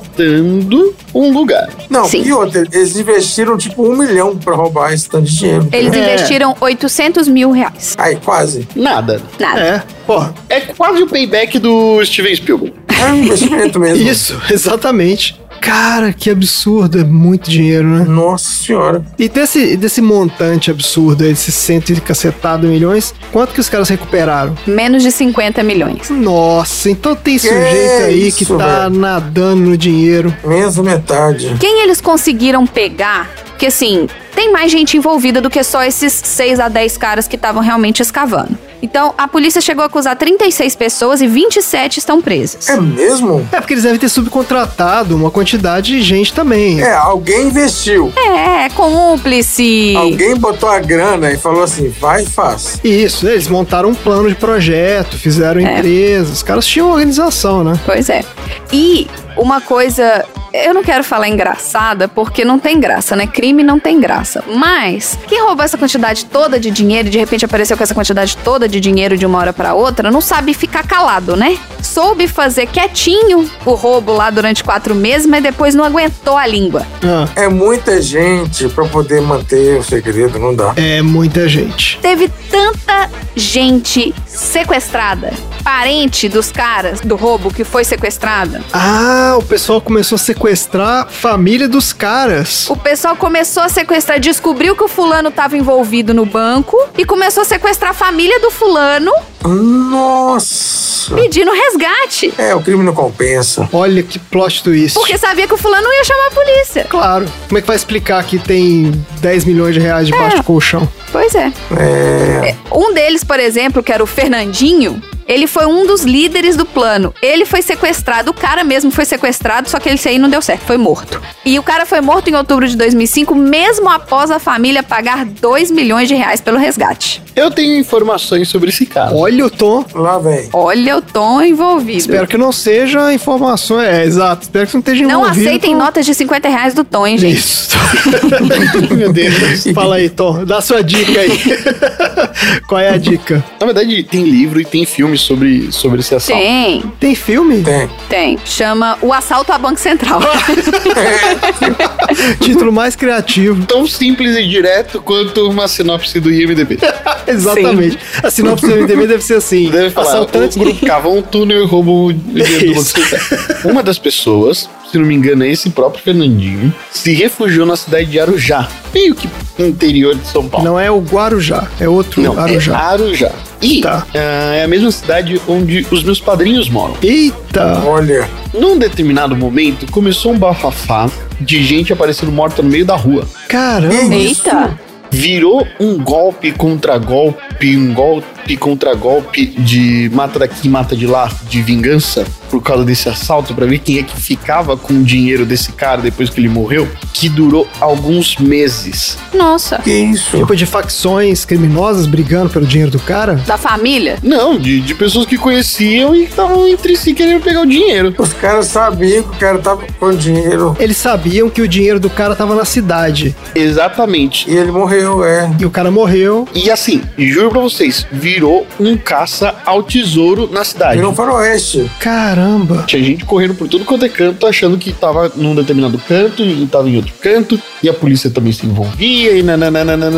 A: assaltando um lugar.
D: Não,
C: Sim.
D: e outra, eles investiram tipo um milhão pra roubar esse tanto de dinheiro.
C: Eles
B: É.
C: investiram 800 mil reais.
D: Aí, quase.
A: Nada.
C: Nada.
B: É, porra.
A: É quase o payback do Steven Spielberg.
D: É um investimento mesmo.
B: Isso, exatamente. Cara, que absurdo, é muito dinheiro, né?
D: Nossa senhora.
B: E desse, desse montante absurdo, aí, desses cento e cacetado milhões, quanto que os caras recuperaram?
C: Menos de 50 milhões.
B: Nossa, então tem
D: Que
B: sujeito aí
D: isso,
B: que tá nadando no dinheiro.
D: Menos da metade.
C: Quem eles conseguiram pegar? Porque assim, tem mais gente envolvida do que só esses 6 a 10 caras que estavam realmente escavando. Então, a polícia chegou a acusar 36 pessoas e 27 estão presas.
D: É mesmo?
B: É porque eles devem ter subcontratado uma quantidade de gente também.
D: É, alguém investiu.
C: É, cúmplice.
D: Alguém botou a grana e falou assim: vai e faz.
B: Isso, eles montaram um plano de projeto, fizeram
D: É.
B: empresa, os caras tinham organização, né?
C: Pois é. E uma coisa, eu não quero falar engraçada, porque não tem graça, né? Crime não tem graça. Mas quem roubou essa quantidade toda de dinheiro e de repente apareceu com essa quantidade toda de dinheiro de uma hora pra outra, não sabe ficar calado, né? Soube fazer quietinho o roubo lá durante quatro meses, mas depois não aguentou a língua.
B: Ah,
D: É muita gente pra poder manter o segredo, não dá.
B: é muita gente.
C: Teve tanta gente sequestrada, parente dos caras do roubo que foi sequestrada.
B: Ah, o pessoal começou a sequestrar família dos caras.
C: O pessoal começou a sequestrar, descobriu que o fulano tava envolvido no banco e começou a sequestrar a família do fulano.
D: Nossa!
C: Pedindo resgate.
D: É, o crime não compensa.
B: Olha que plot twist.
C: Porque sabia que o fulano ia chamar a polícia.
B: Claro. Como é que vai explicar que tem 10 milhões de reais debaixo
C: É.
B: do colchão?
C: Pois é.
D: É.
C: Um deles, por exemplo, que era o Fernandinho, ele foi um dos líderes do plano. Ele foi sequestrado, o cara mesmo foi sequestrado, só que esse aí não deu certo, foi morto. E o cara foi morto em outubro de 2005, mesmo após a família pagar 2 milhões de reais pelo resgate.
A: Eu tenho informações sobre esse <laughs> caso.
B: Olha o tom.
D: Lá vem.
C: Olha o tom envolvido.
B: Espero que não seja informação. É, exato. Espero que não esteja
C: não
B: envolvido.
C: aceitem
B: com-
C: notas de 50 reais do Tom, hein, gente?
B: Isso. Meu Deus. Fala aí, Tom. Dá sua dica aí.
A: <laughs>
B: Qual é a dica?
A: Na verdade, tem livro e tem filme sobre, sobre esse assalto.
C: Tem,
B: Tem filme?
D: Tem.
C: tem. Chama O Assalto à Banco Central.
B: Título mais criativo.
A: Tão simples e direto quanto uma sinopse do
C: <laughs>
A: IMDB.
B: Exatamente. A sinopse do MDB deve ser assim.
A: Deve falar,
B: Assaltantes
A: o grupo cava um túnel e roubou o dinheiro do Banco
B: Isso.
A: Central. Uma das pessoas, se não me engano é esse próprio Fernandinho, se refugiou na cidade de Arujá, meio que no interior de São Paulo.
B: Não é o Guarujá, é outro
A: Não, é
B: Guarujá.
A: Arujá. E
B: Tá.
A: ah, é a mesma cidade onde os meus padrinhos moram.
B: Eita!
D: Olha.
A: Num determinado momento, começou um bafafá de gente aparecendo morta no meio da rua.
B: Caramba!
C: Eita!
A: Virou um golpe contra golpe, um golpe contra golpe de mata daqui, mata de lá, de vingança, por causa desse assalto, pra ver quem é que ficava com o dinheiro desse cara depois que ele morreu, que durou alguns meses.
C: Nossa!
D: Que isso?
B: Tipo de facções criminosas brigando pelo dinheiro do cara?
C: Da família?
A: Não, de, de pessoas que conheciam e estavam entre si querendo pegar o dinheiro.
D: Os caras sabiam que o cara tava com dinheiro
B: Eles sabiam que o dinheiro do cara tava na cidade.
A: Exatamente.
D: e ele morreu, é.
B: E o cara morreu.
A: E assim, juro pra vocês, virou um caça ao tesouro na cidade.
D: Virou um faroeste.
B: Caramba!
A: Tinha gente correndo por tudo quanto é canto, achando que tava num determinado canto e tava em outro canto, e a polícia também se envolvia e nananana.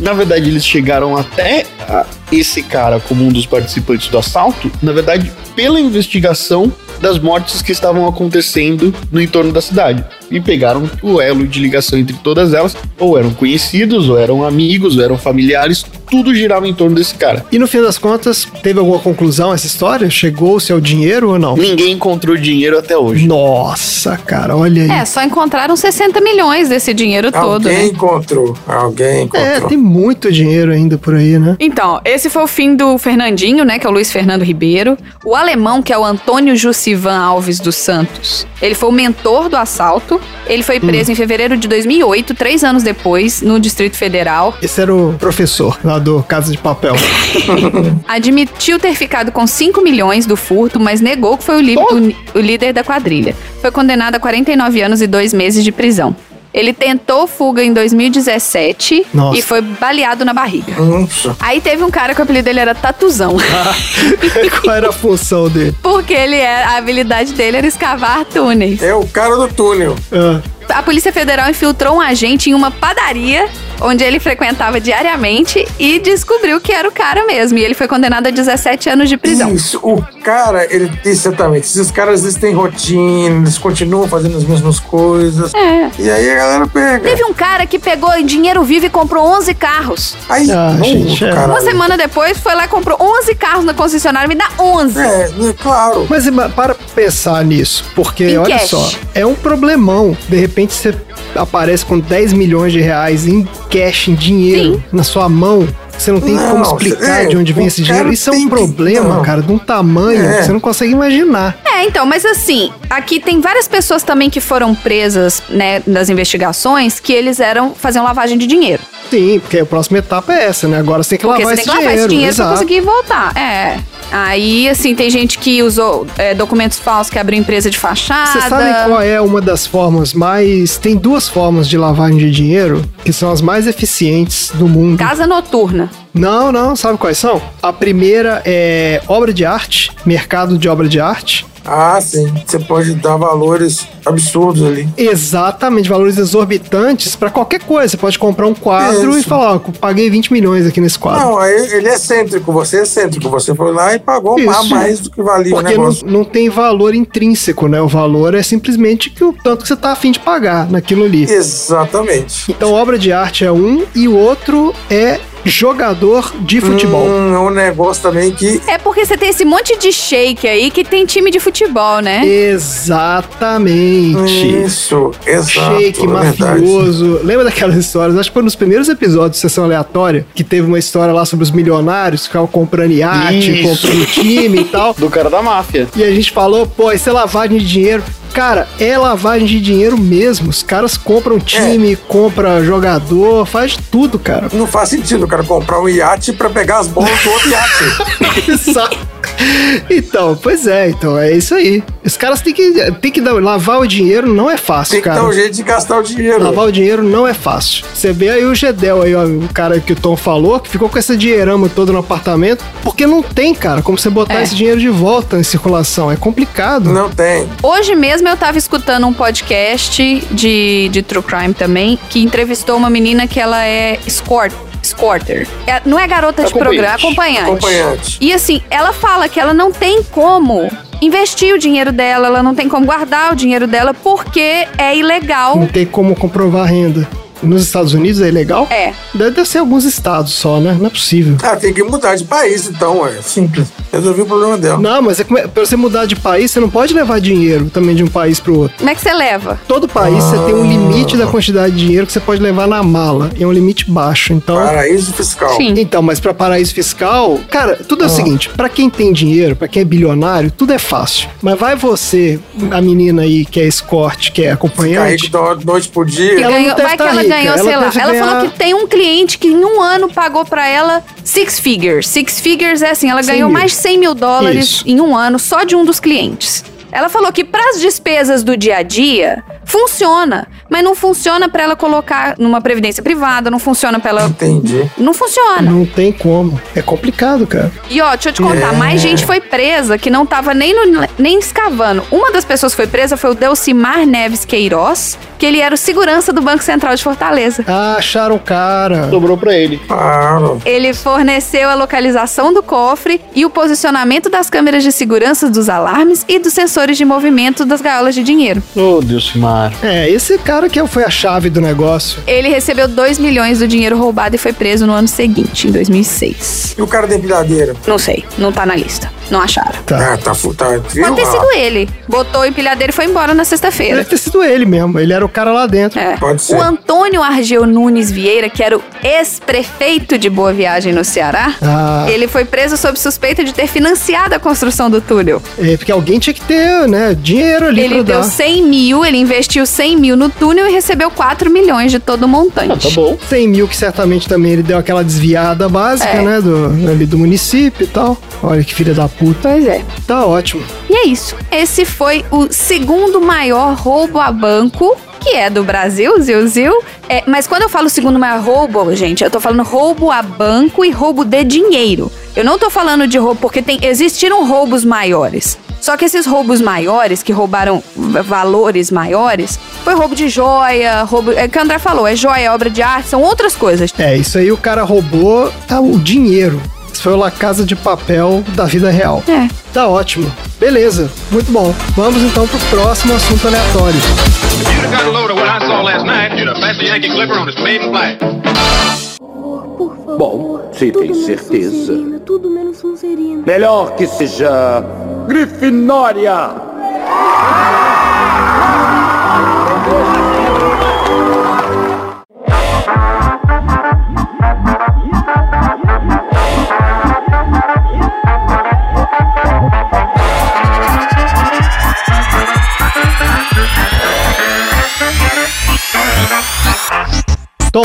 A: Na verdade, eles chegaram até a- esse cara como um dos participantes do assalto, na verdade, pela investigação das mortes que estavam acontecendo no entorno da cidade. E pegaram o elo de ligação entre todas elas, ou eram conhecidos, ou eram amigos, ou eram familiares, tudo girava em torno desse cara.
B: E no fim das contas, teve alguma conclusão essa história? Chegou-se ao dinheiro ou não?
A: Ninguém encontrou dinheiro até hoje.
B: Nossa, cara, olha aí.
C: É, só encontraram 60 milhões desse dinheiro todo, né?
D: Alguém encontrou. Alguém
B: É,
D: encontrou.
B: tem muito dinheiro ainda por aí, né?
C: Então, esse foi o fim do Fernandinho, né? Que é o Luiz Fernando Ribeiro. O alemão, que é o Antônio Jussivan Alves dos Santos. Ele foi o mentor do assalto. Ele foi preso em fevereiro de 2008, três anos depois, no Distrito Federal.
B: Esse era o professor lá do Casa de Papel. <laughs>
C: Admitiu ter ficado com 5 milhões do furto, mas negou que foi o, li- o ni- o líder da quadrilha. Foi condenado a 49 anos e dois meses de prisão. Ele tentou fuga em 2017
B: Nossa.
C: e foi baleado na barriga.
D: Nossa.
C: Aí teve um cara que o apelido dele era Tatuzão. <laughs>
B: Qual era a função dele?
C: Porque ele era, a habilidade dele era escavar túneis.
D: É o cara do túnel.
B: Ah,
C: A Polícia Federal infiltrou um agente em uma padaria onde ele frequentava diariamente e descobriu que era o cara mesmo. E ele foi condenado a 17 anos de prisão.
D: Isso, o cara, ele exatamente. Esses caras eles têm rotina, eles continuam fazendo as mesmas coisas. É. E aí a galera pega.
C: Teve um cara que pegou em dinheiro vivo e comprou 11 carros.
D: Aí,
B: Ah,
D: não,
B: gente, é.
D: caralho.
C: Uma semana depois, foi lá e comprou 11 carros na concessionária. Me dá 11.
D: É, é claro.
B: Mas ima- para pensar nisso, porque
C: Em
B: olha
C: cash.
B: só, é um problemão. De repente você aparece com 10 milhões de reais em cash, em dinheiro, na sua mão. Você não tem
D: Não,
B: como explicar
D: é,
B: de onde vem
D: o
B: esse
D: cara
B: dinheiro. Isso é
D: tem
B: um
D: que-
B: problema,
D: não.
B: cara, de um tamanho
D: É.
B: que você não consegue imaginar.
C: É, então, mas assim, aqui tem várias pessoas também que foram presas, né, nas investigações, que eles eram faziam lavagem de dinheiro.
B: Sim, porque a próxima etapa é essa, né? Agora você tem que
C: Porque
B: lavar
C: você tem
B: esse
C: que lavar
B: dinheiro.
C: esse dinheiro
B: exato.
C: pra conseguir voltar. É. Aí, assim, tem gente que usou é, documentos falsos que abriu empresa de fachada.
B: Você sabe qual é uma das formas mais. Tem duas formas de lavagem de dinheiro que são as mais eficientes do mundo.
C: Casa noturna.
B: Não, não, sabe quais são? A primeira é obra de arte, mercado de obra de arte.
D: Ah, sim. Você pode dar valores absurdos ali.
B: Exatamente, valores exorbitantes pra qualquer coisa. Você pode comprar um quadro
D: Isso.
B: e falar, ó, paguei 20 milhões aqui nesse quadro.
D: Não, aí ele é excêntrico, você é excêntrico. Você foi lá e pagou a
B: Isso.
D: mais do que valia o
B: Porque não,
D: é um negócio.
B: não tem valor intrínseco, né? O valor é simplesmente que o tanto que você tá afim de pagar naquilo ali.
D: Exatamente.
B: Então, obra de arte é um e o outro é jogador de futebol.
D: Hum, é um negócio também que
C: É porque você tem esse monte de shake aí que tem time de futebol, né?
D: Hum.
B: Exatamente.
D: Isso, exato.
B: Shake,
D: é verdade.
B: mafioso. Lembra daquelas histórias? Acho que foi nos primeiros episódios de Sessão Aleatória, que teve uma história lá sobre os milionários que ficavam comprando iate,
A: Isso.
B: comprando time e tal.
A: Do cara da máfia.
B: E a gente falou, pô, isso é lavagem de dinheiro. Cara, é lavagem de dinheiro mesmo. Os caras compram
D: É.
B: time, compram jogador, faz tudo, cara. <laughs>
D: Não faz sentido o cara comprar um iate pra pegar as bolas do outro
B: <laughs>
D: iate.
B: Exato. Então, pois é, então é isso aí. Os caras têm que, têm que dar- lavar o dinheiro, não é fácil,
D: Tem que
B: cara.
D: dar um jeito de gastar o dinheiro.
B: Lavar o dinheiro não é fácil. Você vê aí o Gedel aí, ó, o cara que o Tom falou, que ficou com esse dinheirama todo no apartamento, porque não tem, cara, como você botar
C: É.
B: esse dinheiro de volta em circulação. É complicado.
D: Não tem.
C: Hoje mesmo eu tava escutando um podcast de, de True Crime também, que entrevistou uma menina que ela é escort, escorter. É- não é garota de
A: Acompanhante.
C: programa, é acompanhante.
D: Acompanhante.
C: E assim, ela fala que ela não tem como investir o dinheiro dela, ela não tem como guardar o dinheiro dela, porque é
B: Não
C: ilegal.
B: tem como comprovar renda. Nos Estados Unidos é ilegal?
C: É.
B: Deve ser alguns estados só, né? Não é possível.
D: Ah, tem que mudar de país então, é simples. Resolvi o problema dela.
B: Não, mas é como é- pra você mudar de país, você não pode levar dinheiro também de um país pro outro.
C: Como é que você leva?
B: Todo país você
C: Ah.
B: tem um limite da quantidade de dinheiro que você pode levar na mala. E é um limite baixo. Então.
D: Paraíso fiscal.
C: Sim.
B: Então, mas pra paraíso fiscal, cara, tudo é o seguinte, pra quem tem dinheiro, pra quem é bilionário, tudo é fácil. Mas vai você, a menina aí que é escorte, que é
D: Ficar
B: acompanhante,
D: rico da hora- de noite pro dia.
B: Ela não
C: Ganhou-
B: deve
C: vai que
B: tá
C: ela
B: rica,
C: ganhou,
B: ela
C: sei lá.
B: deve
C: Ela
B: ganhar-
C: falou que tem um cliente que em um ano pagou pra ela six figures. Six figures é assim, ela
B: 100
C: ganhou
B: mil.
C: mais de 100 mil dólares
B: Isso.
C: em um ano só de um dos clientes. Ela falou que para as despesas do dia a dia funciona, mas não funciona pra ela colocar numa previdência privada, não funciona pra ela.
D: Entendi.
C: Não funciona.
B: não tem como. É complicado, cara.
C: E ó, deixa eu te
B: É.
C: contar, mais gente foi presa que não tava nem, no- nem escavando. Uma das pessoas que foi presa foi o Delcimar Neves Queiroz, que ele era o segurança do Banco Central de Fortaleza.
B: Ah, acharam o cara.
A: Sobrou pra ele.
D: Claro.
C: Ele forneceu a localização do cofre e o posicionamento das câmeras de segurança dos alarmes e dos sensores de movimento das gaiolas de dinheiro.
A: Oh, Deus, Mar.
B: É, esse cara que foi a chave do negócio.
C: Ele recebeu 2 milhões do dinheiro roubado e foi preso no ano seguinte, em 2006.
D: E o cara da empilhadeira?
C: Não sei, não tá na lista. Não acharam.
B: Tá.
D: Ah, tá fu- tá
C: Pode ter
D: ah,
C: sido ele. Botou o empilhadeiro e foi embora na sexta-feira.
B: Deve ter sido ele mesmo. Ele era o cara lá dentro.
C: É.
D: Pode ser.
C: O Antônio Argeu Nunes Vieira, que era o ex-prefeito de Boa Viagem no Ceará,
B: Ah,
C: ele foi preso sob suspeita de ter financiado a construção do túnel.
B: é, porque alguém tinha que ter, né, dinheiro ali
C: Ele
B: pra
C: deu
B: dar.
C: 100 mil, ele investiu 100 mil no túnel e recebeu 4 milhões de todo o montante.
A: Ah, tá bom.
B: 100 mil que certamente também ele deu aquela desviada básica,
C: É.
B: né, do, ali do município e tal. Olha que filha da puta.
C: Pois é.
B: Tá ótimo.
C: E é isso. Esse foi o segundo maior roubo a banco, que é do Brasil, Ziu Ziu. É, mas quando eu falo segundo maior roubo, gente, eu tô falando roubo a banco e roubo de dinheiro. Eu não tô falando de roubo, porque tem, existiram roubos maiores. Só que esses roubos maiores, que roubaram v- valores maiores, foi roubo de joia, roubo. É o que o André falou, é joia, é obra de arte, são outras coisas.
B: É, isso aí o cara roubou tá, o dinheiro. Isso foi lá casa de papel da vida real.
C: É.
B: Tá ótimo. Beleza, muito bom. Vamos então pro próximo assunto aleatório.
K: You'd have got a load of what I saw last night, you'd have passed a Yankee clipper on his maiden flight.
F: Por favor.
I: Bom, se
F: Tudo
I: tem
F: menos
I: certeza.
F: Sonserina, tudo menos Sonserina.
I: Melhor que seja Grifinória!
B: Tom,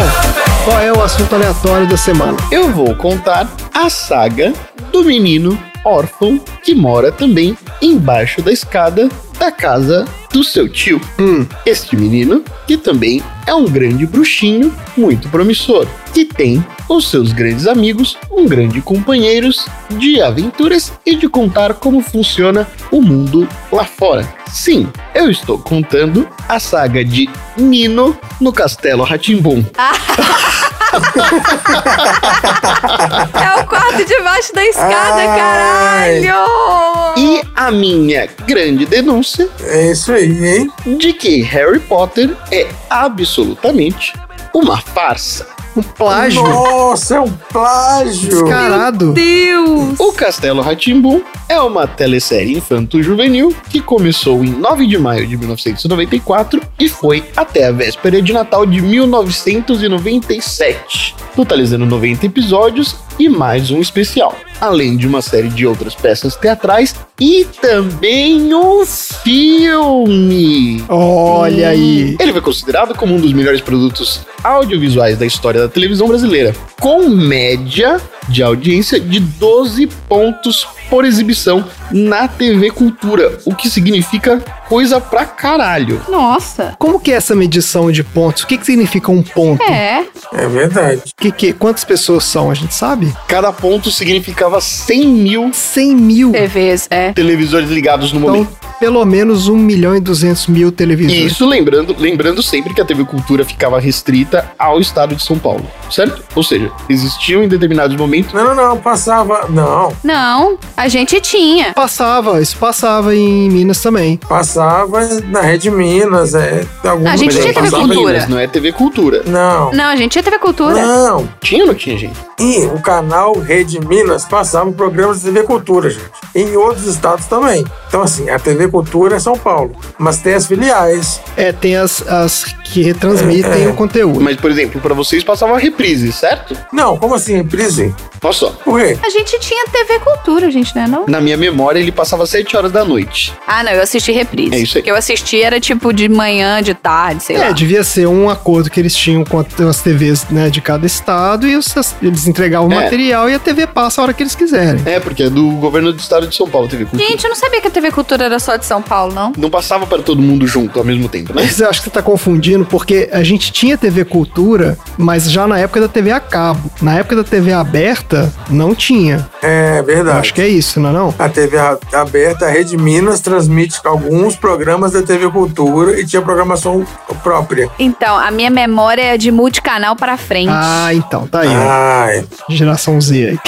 B: qual é o assunto aleatório da semana?
A: Eu vou contar a saga do menino órfão que mora também embaixo da escada da casa do seu tio.
B: Hum.
A: Este menino, que também é um grande bruxinho muito promissor, que tem os seus grandes amigos, um grande companheiros de aventuras e de contar como funciona o mundo lá fora. Sim, eu estou contando a saga de Nino no Castelo Ratimbum.
C: É o quarto debaixo da escada,
D: Ai.
C: caralho!
A: E a minha grande denúncia
D: É isso aí, hein?
A: de que Harry Potter é absolutamente uma farsa.
B: Um plágio
D: Nossa, é um plágio.
B: descarado.
C: Deus!
A: O Castelo Ratimbum é uma telesérie infanto-juvenil que começou em 9 de maio de 1994 e foi até a véspera de Natal de 1997, totalizando 90 episódios e mais um especial, além de uma série de outras peças teatrais e também um filme.
B: Olha aí.
A: Ele foi considerado como um dos melhores produtos audiovisuais da história da televisão brasileira, com média de audiência de 12 pontos por exibição na TV Cultura, o que significa coisa pra caralho.
C: Nossa!
B: Como que é essa medição de pontos? O que, que significa um ponto?
C: É,
D: É verdade.
B: Que, que, quantas pessoas são? A gente sabe?
A: Cada ponto significava 100 mil
B: 100 mil.
C: TVs, é.
A: televisores ligados no
B: Então,
A: momento.
B: pelo menos 1 milhão e 200 mil televisores.
A: Isso lembrando, lembrando sempre que a TV Cultura ficava restrita ao estado de São Paulo, certo? Ou seja, existiam em determinados momentos
D: Não, não, não, passava. Não,
C: Não, a gente tinha.
B: Passava, isso passava em Minas também.
D: passava na Rede Minas. É, algum
C: A gente
A: mas
C: tinha
A: aí
C: TV
A: passava
C: Cultura.
A: Minas, não é TV Cultura.
D: Não,
C: Não, a gente tinha TV Cultura.
D: não.
A: Tinha ou não tinha, gente?
D: E o canal Rede Minas passava programas de TV Cultura, gente. E em outros estados também. Então, assim, a TV Cultura é São Paulo. Mas tem as filiais.
B: É, tem as, as que
C: É.
B: retransmitem o conteúdo.
A: Mas, por exemplo, pra vocês passava reprise, certo?
D: Não, como assim, reprise?
A: Olha só.
D: Por quê?
C: A gente tinha TV Cultura, gente, né? Não?
A: Na minha memória, ele passava 7 horas da noite.
C: Ah, não, eu assisti reprise.
A: É isso aí.
C: O que eu assisti era tipo de manhã, de tarde, sei lá.
B: É, devia ser um acordo que eles tinham com a- as TVs né, de cada estado e os- as- eles entregavam o
A: É.
B: material e a TV passa a hora que eles quiserem.
A: É, porque é do governo do estado de São Paulo, TV Cultura.
C: Gente, eu não sabia que a TV Cultura era só de São Paulo, não.
A: Não passava para todo mundo junto ao mesmo tempo, né?
B: Mas eu acho que você tá confundindo, porque a gente tinha TV Cultura, mas já na época da TV a cabo. Na época da TV aberta, não tinha.
D: É
B: Eu
D: verdade.
B: acho que é isso, não é não?
D: A TV a- aberta, a Rede Minas, transmite alguns programas da TV Cultura e tinha programação própria.
C: Então, a minha memória é de multicanal pra frente.
B: Ah, então, tá aí. ó.
D: Ai,
C: Ah.
B: Geração Z aí.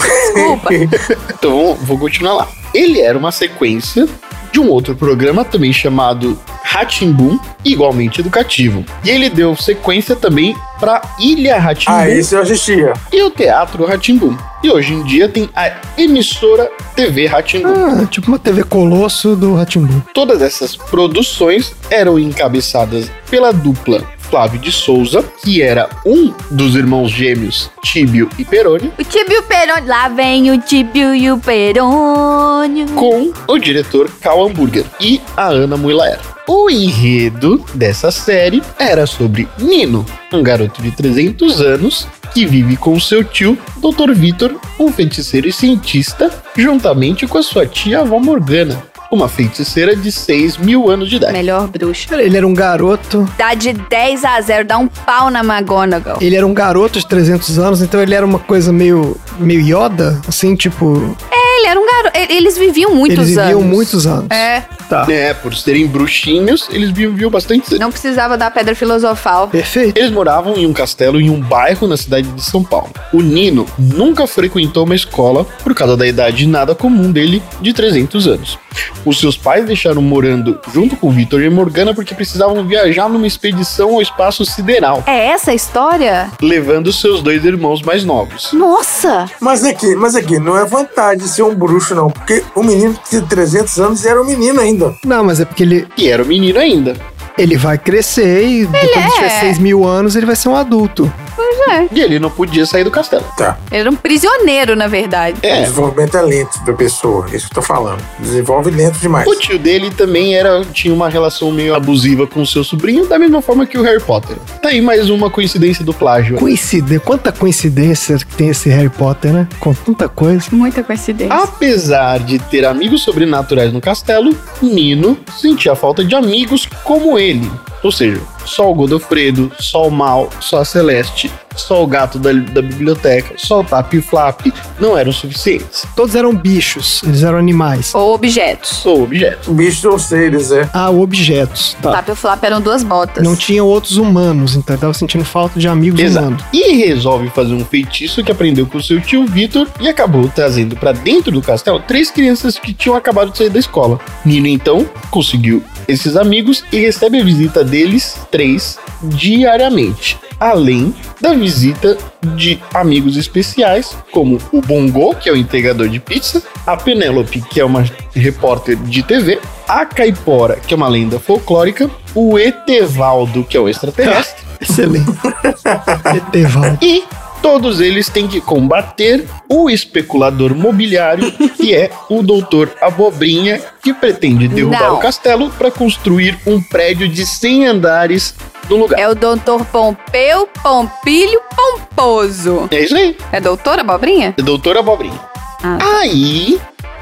C: Desculpa.
A: Então, vamos- vou continuar lá. Ele era uma sequência de um outro programa também chamado Ratimbum, igualmente educativo. E ele deu sequência também para Ilha Ratimbum.
D: ah, isso eu assistia.
A: e o Teatro Ratimbum. E hoje em dia tem a emissora TV Ratimbum.
B: Ah, tipo uma TV Colosso do Ratimbu.
A: Todas essas produções eram encabeçadas pela dupla Flávio de Souza, que era um dos irmãos gêmeos Tíbio e Perônio,
C: O Tibio Perônio. Lá vem o Tibio e o Perônio.
A: com o diretor Karl Hamburger e a Ana Muilaer. O enredo dessa série era sobre Nino, um garoto de 300 anos que vive com seu tio, Dr. Vitor, um feiticeiro e cientista, juntamente com a sua tia avó Morgana, uma feiticeira de 6 mil anos de idade.
C: Melhor bruxo.
B: Cara, Ele era um garoto.
C: Dá de 10 a 0, dá um pau na McGonagall.
B: Ele era um garoto de 300 anos, então ele era uma coisa meio, meio Yoda, assim, tipo.
C: Ele era um garoto. e- Eles viviam muitos
B: eles viviam
C: anos.
B: muitos anos.
C: É,
B: Tá.
A: É, por serem bruxinhos, eles viviam bastante.
C: não precisava dar pedra filosofal.
B: Perfeito.
A: Eles moravam em um castelo em um bairro na cidade de São Paulo. O Nino nunca frequentou uma escola por causa da idade nada comum dele de 300 anos. Os seus pais deixaram morando junto com Vitor e Morgana porque precisavam viajar numa expedição ao espaço sideral,
C: É essa a história?
A: levando seus dois irmãos mais novos.
C: Nossa!
D: Mas aqui, mas aqui, não é vantagem ser um bruxo, não. Porque o menino de 300 anos era um menino ainda.
B: Não, mas é porque ele,
A: E era o menino ainda.
B: ele vai crescer e depois de
C: é.
B: 6 mil anos ele vai ser um adulto.
C: É.
A: E ele não podia sair do castelo.
D: Tá.
C: Ele era um prisioneiro, na verdade.
D: O
A: É,
D: desenvolvimento é lento da pessoa, é isso que eu tô falando. Desenvolve lento demais.
A: o tio dele também era, tinha uma relação meio abusiva com seu sobrinho, da mesma forma que o Harry Potter. Tá aí mais uma coincidência do plágio.
B: Coincidência, quanta coincidência que tem esse Harry Potter, né? Com tanta coisa.
C: Muita coincidência.
B: Ah,
A: Apesar de ter amigos sobrenaturais no castelo, Nino sentia falta de amigos como ele. Ou seja, só o Godofredo, só o Mal, só a Celeste, só o gato da, da biblioteca, só o Tap e o Flap não eram suficientes.
B: Todos eram bichos, eles eram animais.
C: Ou objetos.
A: Sou objeto.
D: Bichos são seres, é.
B: Ah, objetos. Tá.
C: Tap e o Flap eram duas botas.
B: Não tinham outros humanos, então ele tava sentindo falta de amigos humanos.
A: Exato. E resolve fazer um feitiço que aprendeu com seu tio Vitor e acabou trazendo pra dentro do castelo três crianças que tinham acabado de sair da escola. Nino então conseguiu esses amigos e recebe a visita deles três diariamente, além da visita de amigos especiais como o Bongo, que é o entregador de pizza, a Penélope, que é uma repórter de TV, a Caipora, que é uma lenda folclórica, o Etevaldo, que é o extraterrestre.
B: Excelente. Etevaldo.
A: E todos eles têm que combater o especulador
C: <laughs>
A: mobiliário, que é o doutor Abobrinha, que pretende derrubar
C: Não.
A: o castelo para construir um prédio de 100 andares no lugar.
C: É o doutor Pompeu Pompilho Pomposo.
A: É isso aí,
C: É doutora Abobrinha?
A: é doutor Abobrinha.
C: Ah.
A: Aí,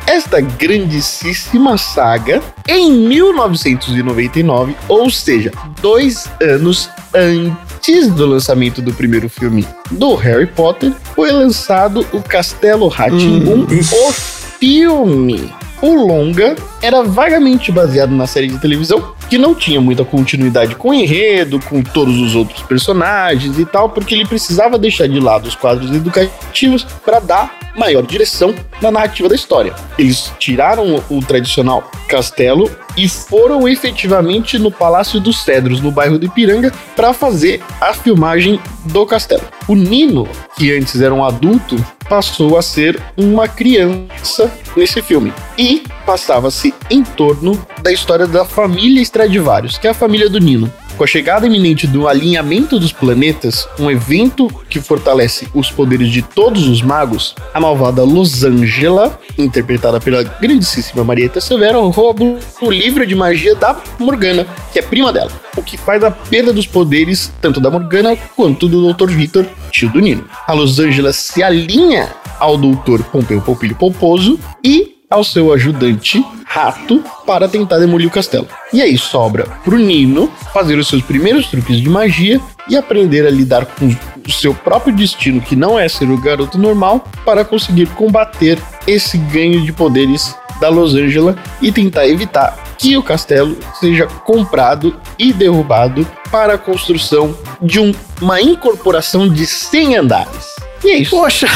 A: esta grandíssima saga, em 1999, ou seja, dois anos antes do lançamento do primeiro filme do Harry Potter, foi lançado o Castelo Ratimbum,
D: Ixi.
A: o filme. O longa era vagamente baseado na série de televisão, que não tinha muita continuidade com o enredo, com todos os outros personagens e tal, porque ele precisava deixar de lado os quadros educativos para dar maior direção na narrativa da história. Eles tiraram o- o tradicional castelo e foram efetivamente no Palácio dos Cedros, no bairro do Ipiranga, para fazer a filmagem do castelo. O Nino, que antes era um adulto, passou a ser uma criança nesse filme. E passava-se em torno da história da família Stradivarius, que é a família do Nino. Com a chegada iminente do alinhamento dos planetas, um evento que fortalece os poderes de todos os magos, a malvada Losângela, interpretada pela grandíssima Marieta Severo, rouba o livro de magia da Morgana, que é prima dela, o que faz a perda dos poderes tanto da Morgana quanto do Dr. Victor, tio do Nino. A Losângela se alinha ao Dr. Pompeu Pompilho Pomposo e ao seu ajudante, Rato, para tentar demolir o castelo. E aí sobra pro Nino fazer os seus primeiros truques de magia e aprender a lidar com o seu próprio destino, que não é ser o garoto normal, para conseguir combater esse ganho de poderes da Los Angeles e tentar evitar que o castelo seja comprado e derrubado para a construção de um- uma incorporação de 100 andares. E é isso.
B: <laughs> Poxa,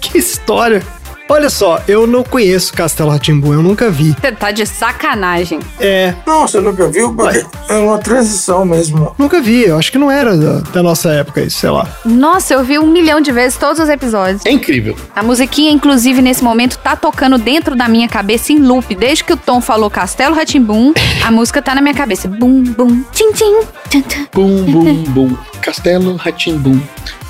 B: que história. Olha só, eu não conheço Castelo Ratimbu, eu nunca vi.
C: Você tá de sacanagem.
B: É,
D: Nossa, nunca viu? É uma transição mesmo.
B: nunca vi, eu acho que não era da, da nossa época isso, sei lá.
C: Nossa, eu vi um milhão de vezes todos os episódios.
A: É incrível.
C: A musiquinha, inclusive, nesse momento, tá tocando dentro da minha cabeça em loop. Desde que o Tom falou Castelo Ratimbum, a música tá na minha cabeça. Bum, bum, tchim, tchim. tchim, tchim.
A: Bum, bum, bum. Castelo Ratimbum.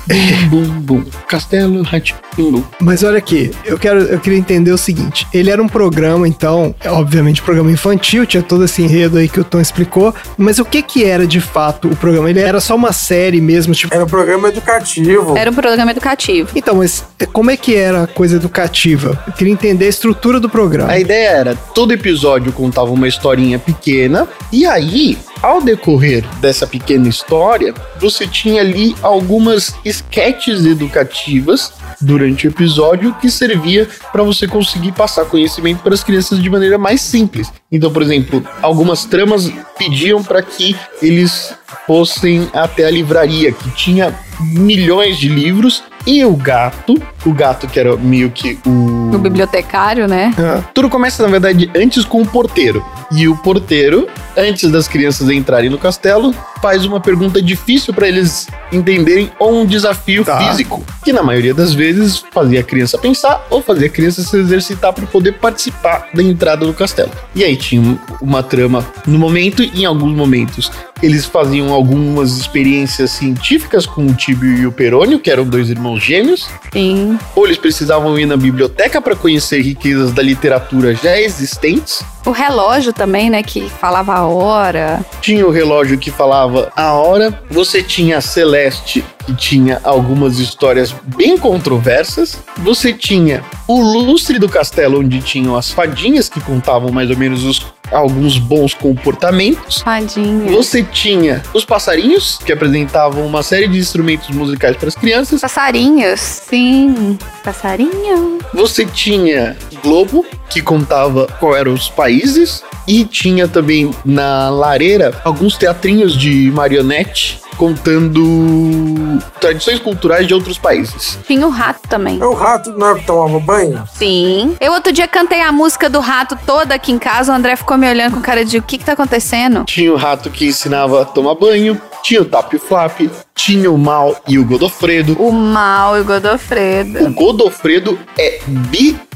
A: Bum, bum, bum. Castelo Ratimbum.
B: Mas olha aqui, eu quero, eu queria entender o seguinte. Ele era um programa, então, é obviamente programa infantil, tinha todo esse enredo aí que o Tom explicou, mas o que que era de fato o programa? Ele era só uma série mesmo, tipo,
D: Era um programa educativo.
C: Era um programa educativo.
B: Então, mas como é que era a coisa educativa? Eu queria entender a estrutura do programa.
A: A ideia era, todo episódio contava uma historinha pequena, e aí, ao decorrer dessa pequena história, você tinha ali algumas esquetes educativas durante o episódio que servia para você conseguir passar conhecimento para as crianças de maneira mais simples. Então, por exemplo, algumas tramas pediam para que eles fossem até a livraria, que tinha milhões de livros, e o gato o gato que era meio que o.
C: O bibliotecário, né?
A: É. Tudo começa, na verdade, antes com o porteiro. E o porteiro, antes das crianças entrarem no castelo, faz uma pergunta difícil pra eles entenderem ou um desafio
B: Tá.
A: físico. Que na maioria das vezes fazia a criança pensar ou fazia a criança se exercitar pra poder participar da entrada do castelo. E aí tinha um, uma trama no momento, e em alguns momentos eles faziam algumas experiências científicas com o Tíbio e o Perônio, que eram dois irmãos gêmeos
C: Sim.
A: ou eles precisavam ir na biblioteca para conhecer riquezas da literatura já existentes.
C: O relógio também, né? Que falava a hora.
A: Tinha o relógio que falava a hora, você tinha a Celeste, que tinha algumas histórias bem controversas, você tinha o lustre do castelo, onde tinham as fadinhas que contavam mais ou menos os- alguns bons comportamentos.
C: Fadinha.
A: Você tinha os passarinhos, que apresentavam uma série de instrumentos musicais para as crianças.
C: Passarinhos. Sim. Passarinho.
A: Você tinha Globo, que contava qual eram os países, e tinha também na lareira alguns teatrinhos de marionete contando tradições culturais de outros países.
C: Tinha o rato também.
D: É o rato não é que tomava banho?
C: Sim. Eu outro dia cantei a música do rato toda aqui em casa. O André ficou me olhando com cara de o que que tá acontecendo?
A: Tinha o rato que ensinava a tomar banho, tinha o Tap e o Flap, tinha o Mal e o Godofredo.
C: O mal e o Godofredo.
A: O Godofredo é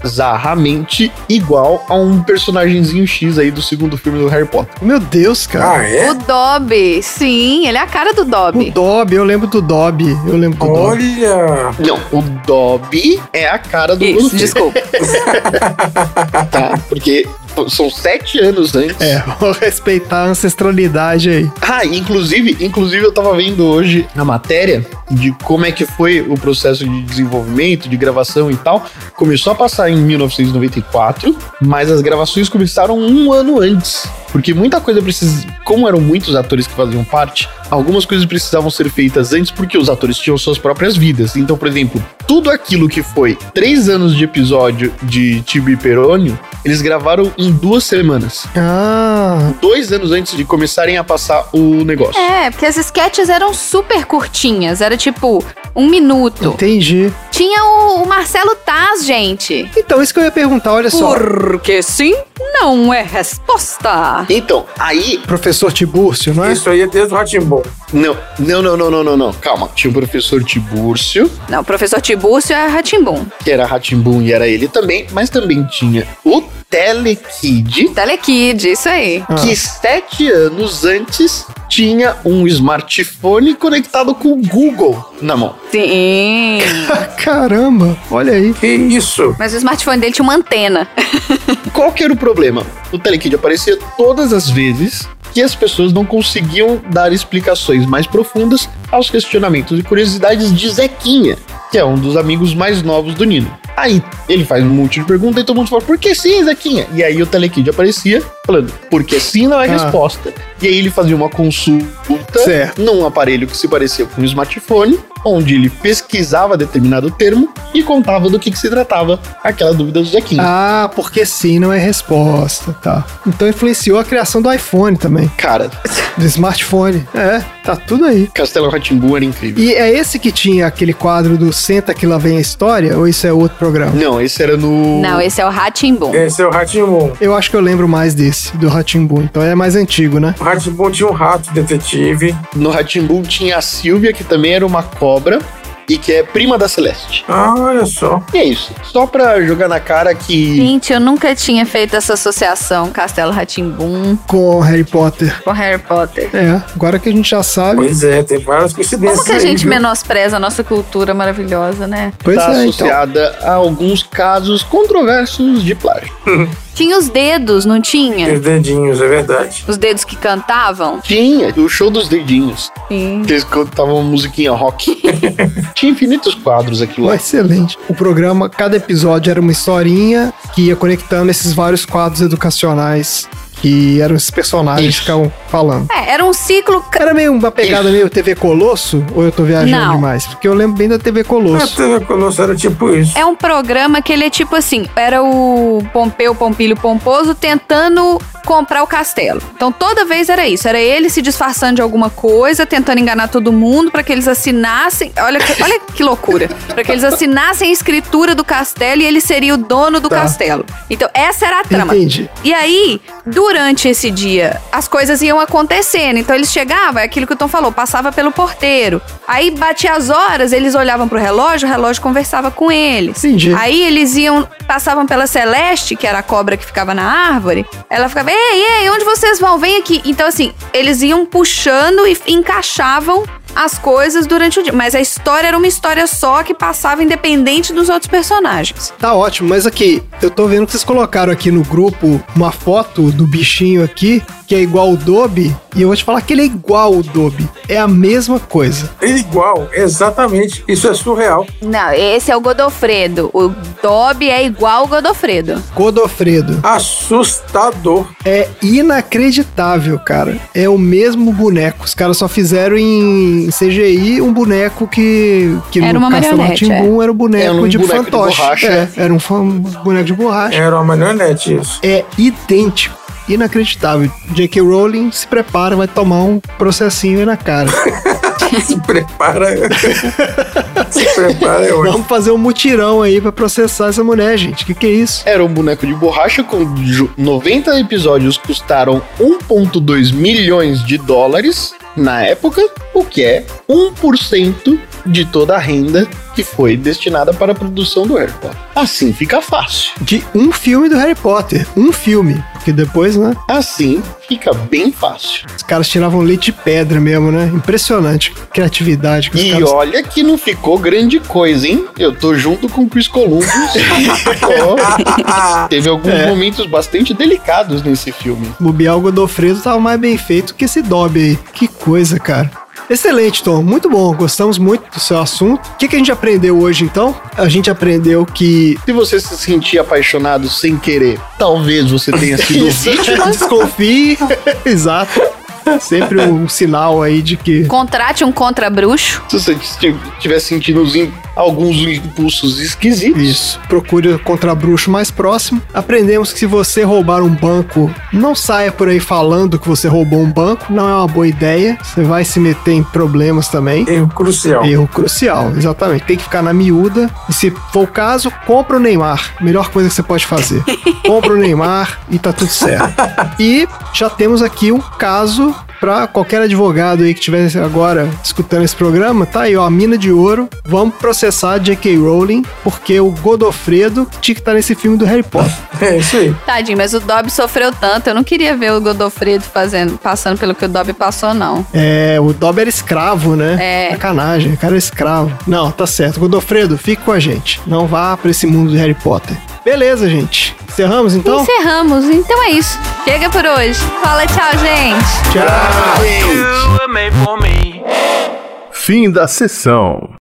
A: bizarramente igual a um personagemzinho X aí do segundo filme do Harry Potter.
B: Meu Deus, cara.
D: Ah, é?
C: O Dobby. Sim, ele é a cara do
B: O
C: Dobby.
B: Dobby, eu lembro do Dobby. Eu lembro do Dobby.
D: Olha!
A: Não, o Dobby é a cara do
C: Isso,
A: Godofredo.
C: desculpa.
A: <laughs> Tá, porque pô, são sete anos antes.
B: É, <laughs> vou respeitar a ancestralidade aí.
A: Ah, inclusive, inclusive eu tava vendo hoje na matéria de como é que foi o processo de desenvolvimento, de gravação e tal. Começou a passar em 1994, mas as gravações começaram um ano antes. Porque muita coisa precisa. Como eram muitos atores que faziam parte, algumas coisas precisavam ser feitas antes porque os atores tinham suas próprias vidas. Então, por exemplo, tudo aquilo que foi três anos de episódio de Tibi e Perônio, eles gravaram em duas semanas
B: Ah,
A: dois anos antes de começarem a passar o negócio.
C: É, porque as sketches eram super curtinhas, era tipo um minuto.
B: entendi.
C: Tinha o, o Marcelo Taz, gente.
B: Então, isso que eu ia perguntar, olha só.
J: Porque sim?
C: Não é resposta.
A: Então, aí.
B: Professor Tibúrcio, não é?
D: Isso aí é desde o Ratimbo.
A: Não, não, não, não, não, não, não. Calma. Tinha o professor Tibúrcio,
C: Não, o professor Tibúrcio é Ratimbum.
A: que era Ratimbun e era ele também, mas também tinha o Telekid,
C: Telekid, isso aí.
B: Ah.
A: que sete anos antes tinha um smartphone conectado com o Google na mão.
C: Sim.
B: Caramba, olha aí.
D: Que isso?
C: Mas o smartphone dele tinha uma antena.
A: Qual que era o problema? O Telekid aparecia todas as vezes que as pessoas não conseguiam dar explicações mais profundas aos questionamentos e curiosidades de Zequinha, que é um dos amigos mais novos do Nino. Aí ele faz um monte de pergunta e todo mundo fala, por que sim, Zequinha? E aí o Telekid aparecia falando, porque sim não é
B: Ah.
A: resposta. E aí ele fazia uma consulta
B: Certo.
A: num aparelho que se parecia com um smartphone, onde ele pesquisava determinado termo e contava do que, que se tratava aquela dúvida do Zequinha.
B: Ah, porque sim não é resposta, tá. Então influenciou a criação do iPhone também,
A: Cara,
B: do smartphone. É, tá tudo aí.
A: Castelo Ratimbu era incrível.
B: E é esse que tinha aquele quadro do Senta que lá vem a história? Ou isso é outro programa?
A: Não, esse era no.
C: Não, esse é o Ratimbum.
D: Esse é o Ratimbo.
B: Eu acho que eu lembro mais desse, do Ratimbu, então é mais antigo, né?
D: O Ratimbo tinha um rato detetive.
A: No Ratimbu tinha a Silvia, que também era uma cobra e que é prima da Celeste.
D: Ah, olha só.
A: E é isso. Só pra jogar na cara que.
C: Gente, eu nunca tinha feito essa associação Castelo Ratimbum
B: Com Harry Potter.
C: com Harry Potter.
B: É, agora que a gente já sabe.
D: Pois é, tem várias coincidências.
C: Como que a
D: aí,
C: gente
D: viu?
C: menospreza a nossa cultura maravilhosa, né?
B: Pois
A: tá
B: é, então.
A: associada a alguns casos controversos de plágio.
C: Tinha os dedos, não tinha?
D: Os dedinhos, é verdade.
C: Os dedos que cantavam?
A: Tinha o show dos dedinhos,
C: Sim.
A: que eles cantavam uma musiquinha rock. <laughs> tinha infinitos quadros aqui
B: Ó,
A: lá.
B: excelente. O programa, cada episódio era uma historinha que ia conectando esses vários quadros educacionais que eram esses personagens
A: Isso.
B: que ficavam falando.
C: É, era um ciclo. ca-
B: Era meio uma pegada meio TV Colosso, ou eu tô viajando
C: Não. Ah,
B: demais? Porque eu lembro bem da TV
D: A
B: Colosso.
D: TV Colosso era tipo isso.
C: É um programa que ele é tipo assim: era o Pompeu Pompilho Pomposo tentando comprar o castelo. Então toda vez era isso, era ele se disfarçando de alguma coisa, tentando enganar todo mundo para que eles assinassem. Olha que, olha que loucura. Para que eles assinassem a escritura do castelo e ele seria o dono do
B: Tá.
C: castelo. Então essa era a trama.
B: Entendi.
C: E aí, durante esse dia, as coisas iam acontecendo. Então eles chegavam, é aquilo que o Tom falou, passava pelo porteiro. Aí batia as horas, eles olhavam pro relógio, o relógio conversava com eles.
B: Entendi.
C: Aí eles iam, passavam pela Celeste, que era a cobra que ficava na árvore. Ela ficava, ei, ei, onde vocês vão? Vem aqui. Então, assim, eles iam puxando e encaixavam as coisas durante o dia. Mas a história era uma história só que passava independente dos outros personagens.
B: Tá ótimo, mas aqui, eu tô vendo que vocês colocaram aqui no grupo uma foto do bichinho aqui, que é igual o Dobby, e eu vou te falar que ele é igual o Dobby. É a mesma coisa.
D: É Igual, exatamente. Isso é surreal.
C: Não, esse é o Godofredo. O Dobby é igual o Godofredo.
B: Godofredo.
D: Assustador.
B: É inacreditável, cara. É o mesmo boneco. Os caras só fizeram em CGI um boneco que, que
C: Era uma marionete, é.
B: Rá-Tim-Bum era o boneco
A: Era um
B: de
A: boneco de
B: fantoche.
A: borracha.
B: É, era um, fa- um boneco de borracha.
D: Era uma marionete isso.
C: <laughs>
B: é idêntico. Inacreditável. J.K. Rowling se prepara, vai tomar um processinho aí na cara.
D: Se prepara. <laughs> Se prepara é hoje.
B: Vamos fazer um mutirão aí pra processar essa mulher, gente. Que que é isso?
A: Era um boneco de borracha cujo 90 episódios custaram 1,2 milhões de dólares na época, o que é 1% de toda a renda que foi destinada para a produção do Harry Potter. Assim fica fácil.
B: De um filme do Harry Potter. Um filme. Porque depois, né?
A: Assim fica bem fácil.
B: Os caras tiravam leite de pedra mesmo, né? Impressionante. a Criatividade que os
A: E
B: caras.
A: olha que não ficou grande coisa, hein? Eu tô junto com o Chris
B: <laughs>
A: Columbus. e ficou- Teve alguns
B: É.
A: momentos bastante delicados nesse filme.
B: Bobear o Godofredo tava mais bem feito que esse Dobby aí. Que coisa, cara. Excelente, Tom. Muito bom. Gostamos muito do seu assunto. O que, que a gente aprendeu hoje, então? A gente aprendeu que
A: Se você se sentir apaixonado sem querer, talvez você tenha sido
B: <laughs> Isso,
A: vítima.
B: desconfie. <laughs> Exato. Sempre um sinal aí de que.
C: Contrate um contra-bruxo.
A: Se você estiver sentindo os im- alguns impulsos esquisitos,
B: Isso. Procure o contrabruxo mais próximo. Aprendemos que se você roubar um banco, não saia por aí falando que você roubou um banco. Não é uma boa ideia. Você vai se meter em problemas também.
D: Erro crucial.
B: Erro crucial, exatamente. Tem que ficar na miúda. E se for o caso, compra o Neymar. Melhor coisa que você pode fazer. compra o Neymar e tá tudo certo. E já temos aqui um caso pra qualquer advogado aí que estiver agora escutando esse programa. Tá aí, ó, a mina de ouro. Vamos processar a J.K. Rowling, porque o Godofredo tinha que estar nesse filme do Harry Potter.
D: É isso aí.
C: Tadinho, mas o Dobby sofreu tanto. Eu não queria ver o Godofredo fazendo, passando pelo que o Dobby passou, não.
B: É, o Dobby era escravo, né?
C: É.
B: Sacanagem, o cara era escravo. Não, tá certo. Godofredo, fique com a gente. Não vá pra esse mundo de Harry Potter. Beleza, gente. Encerramos então?
C: Encerramos, então é isso. Chega por hoje. Fala tchau, gente.
B: Tchau.
E: Fim da sessão.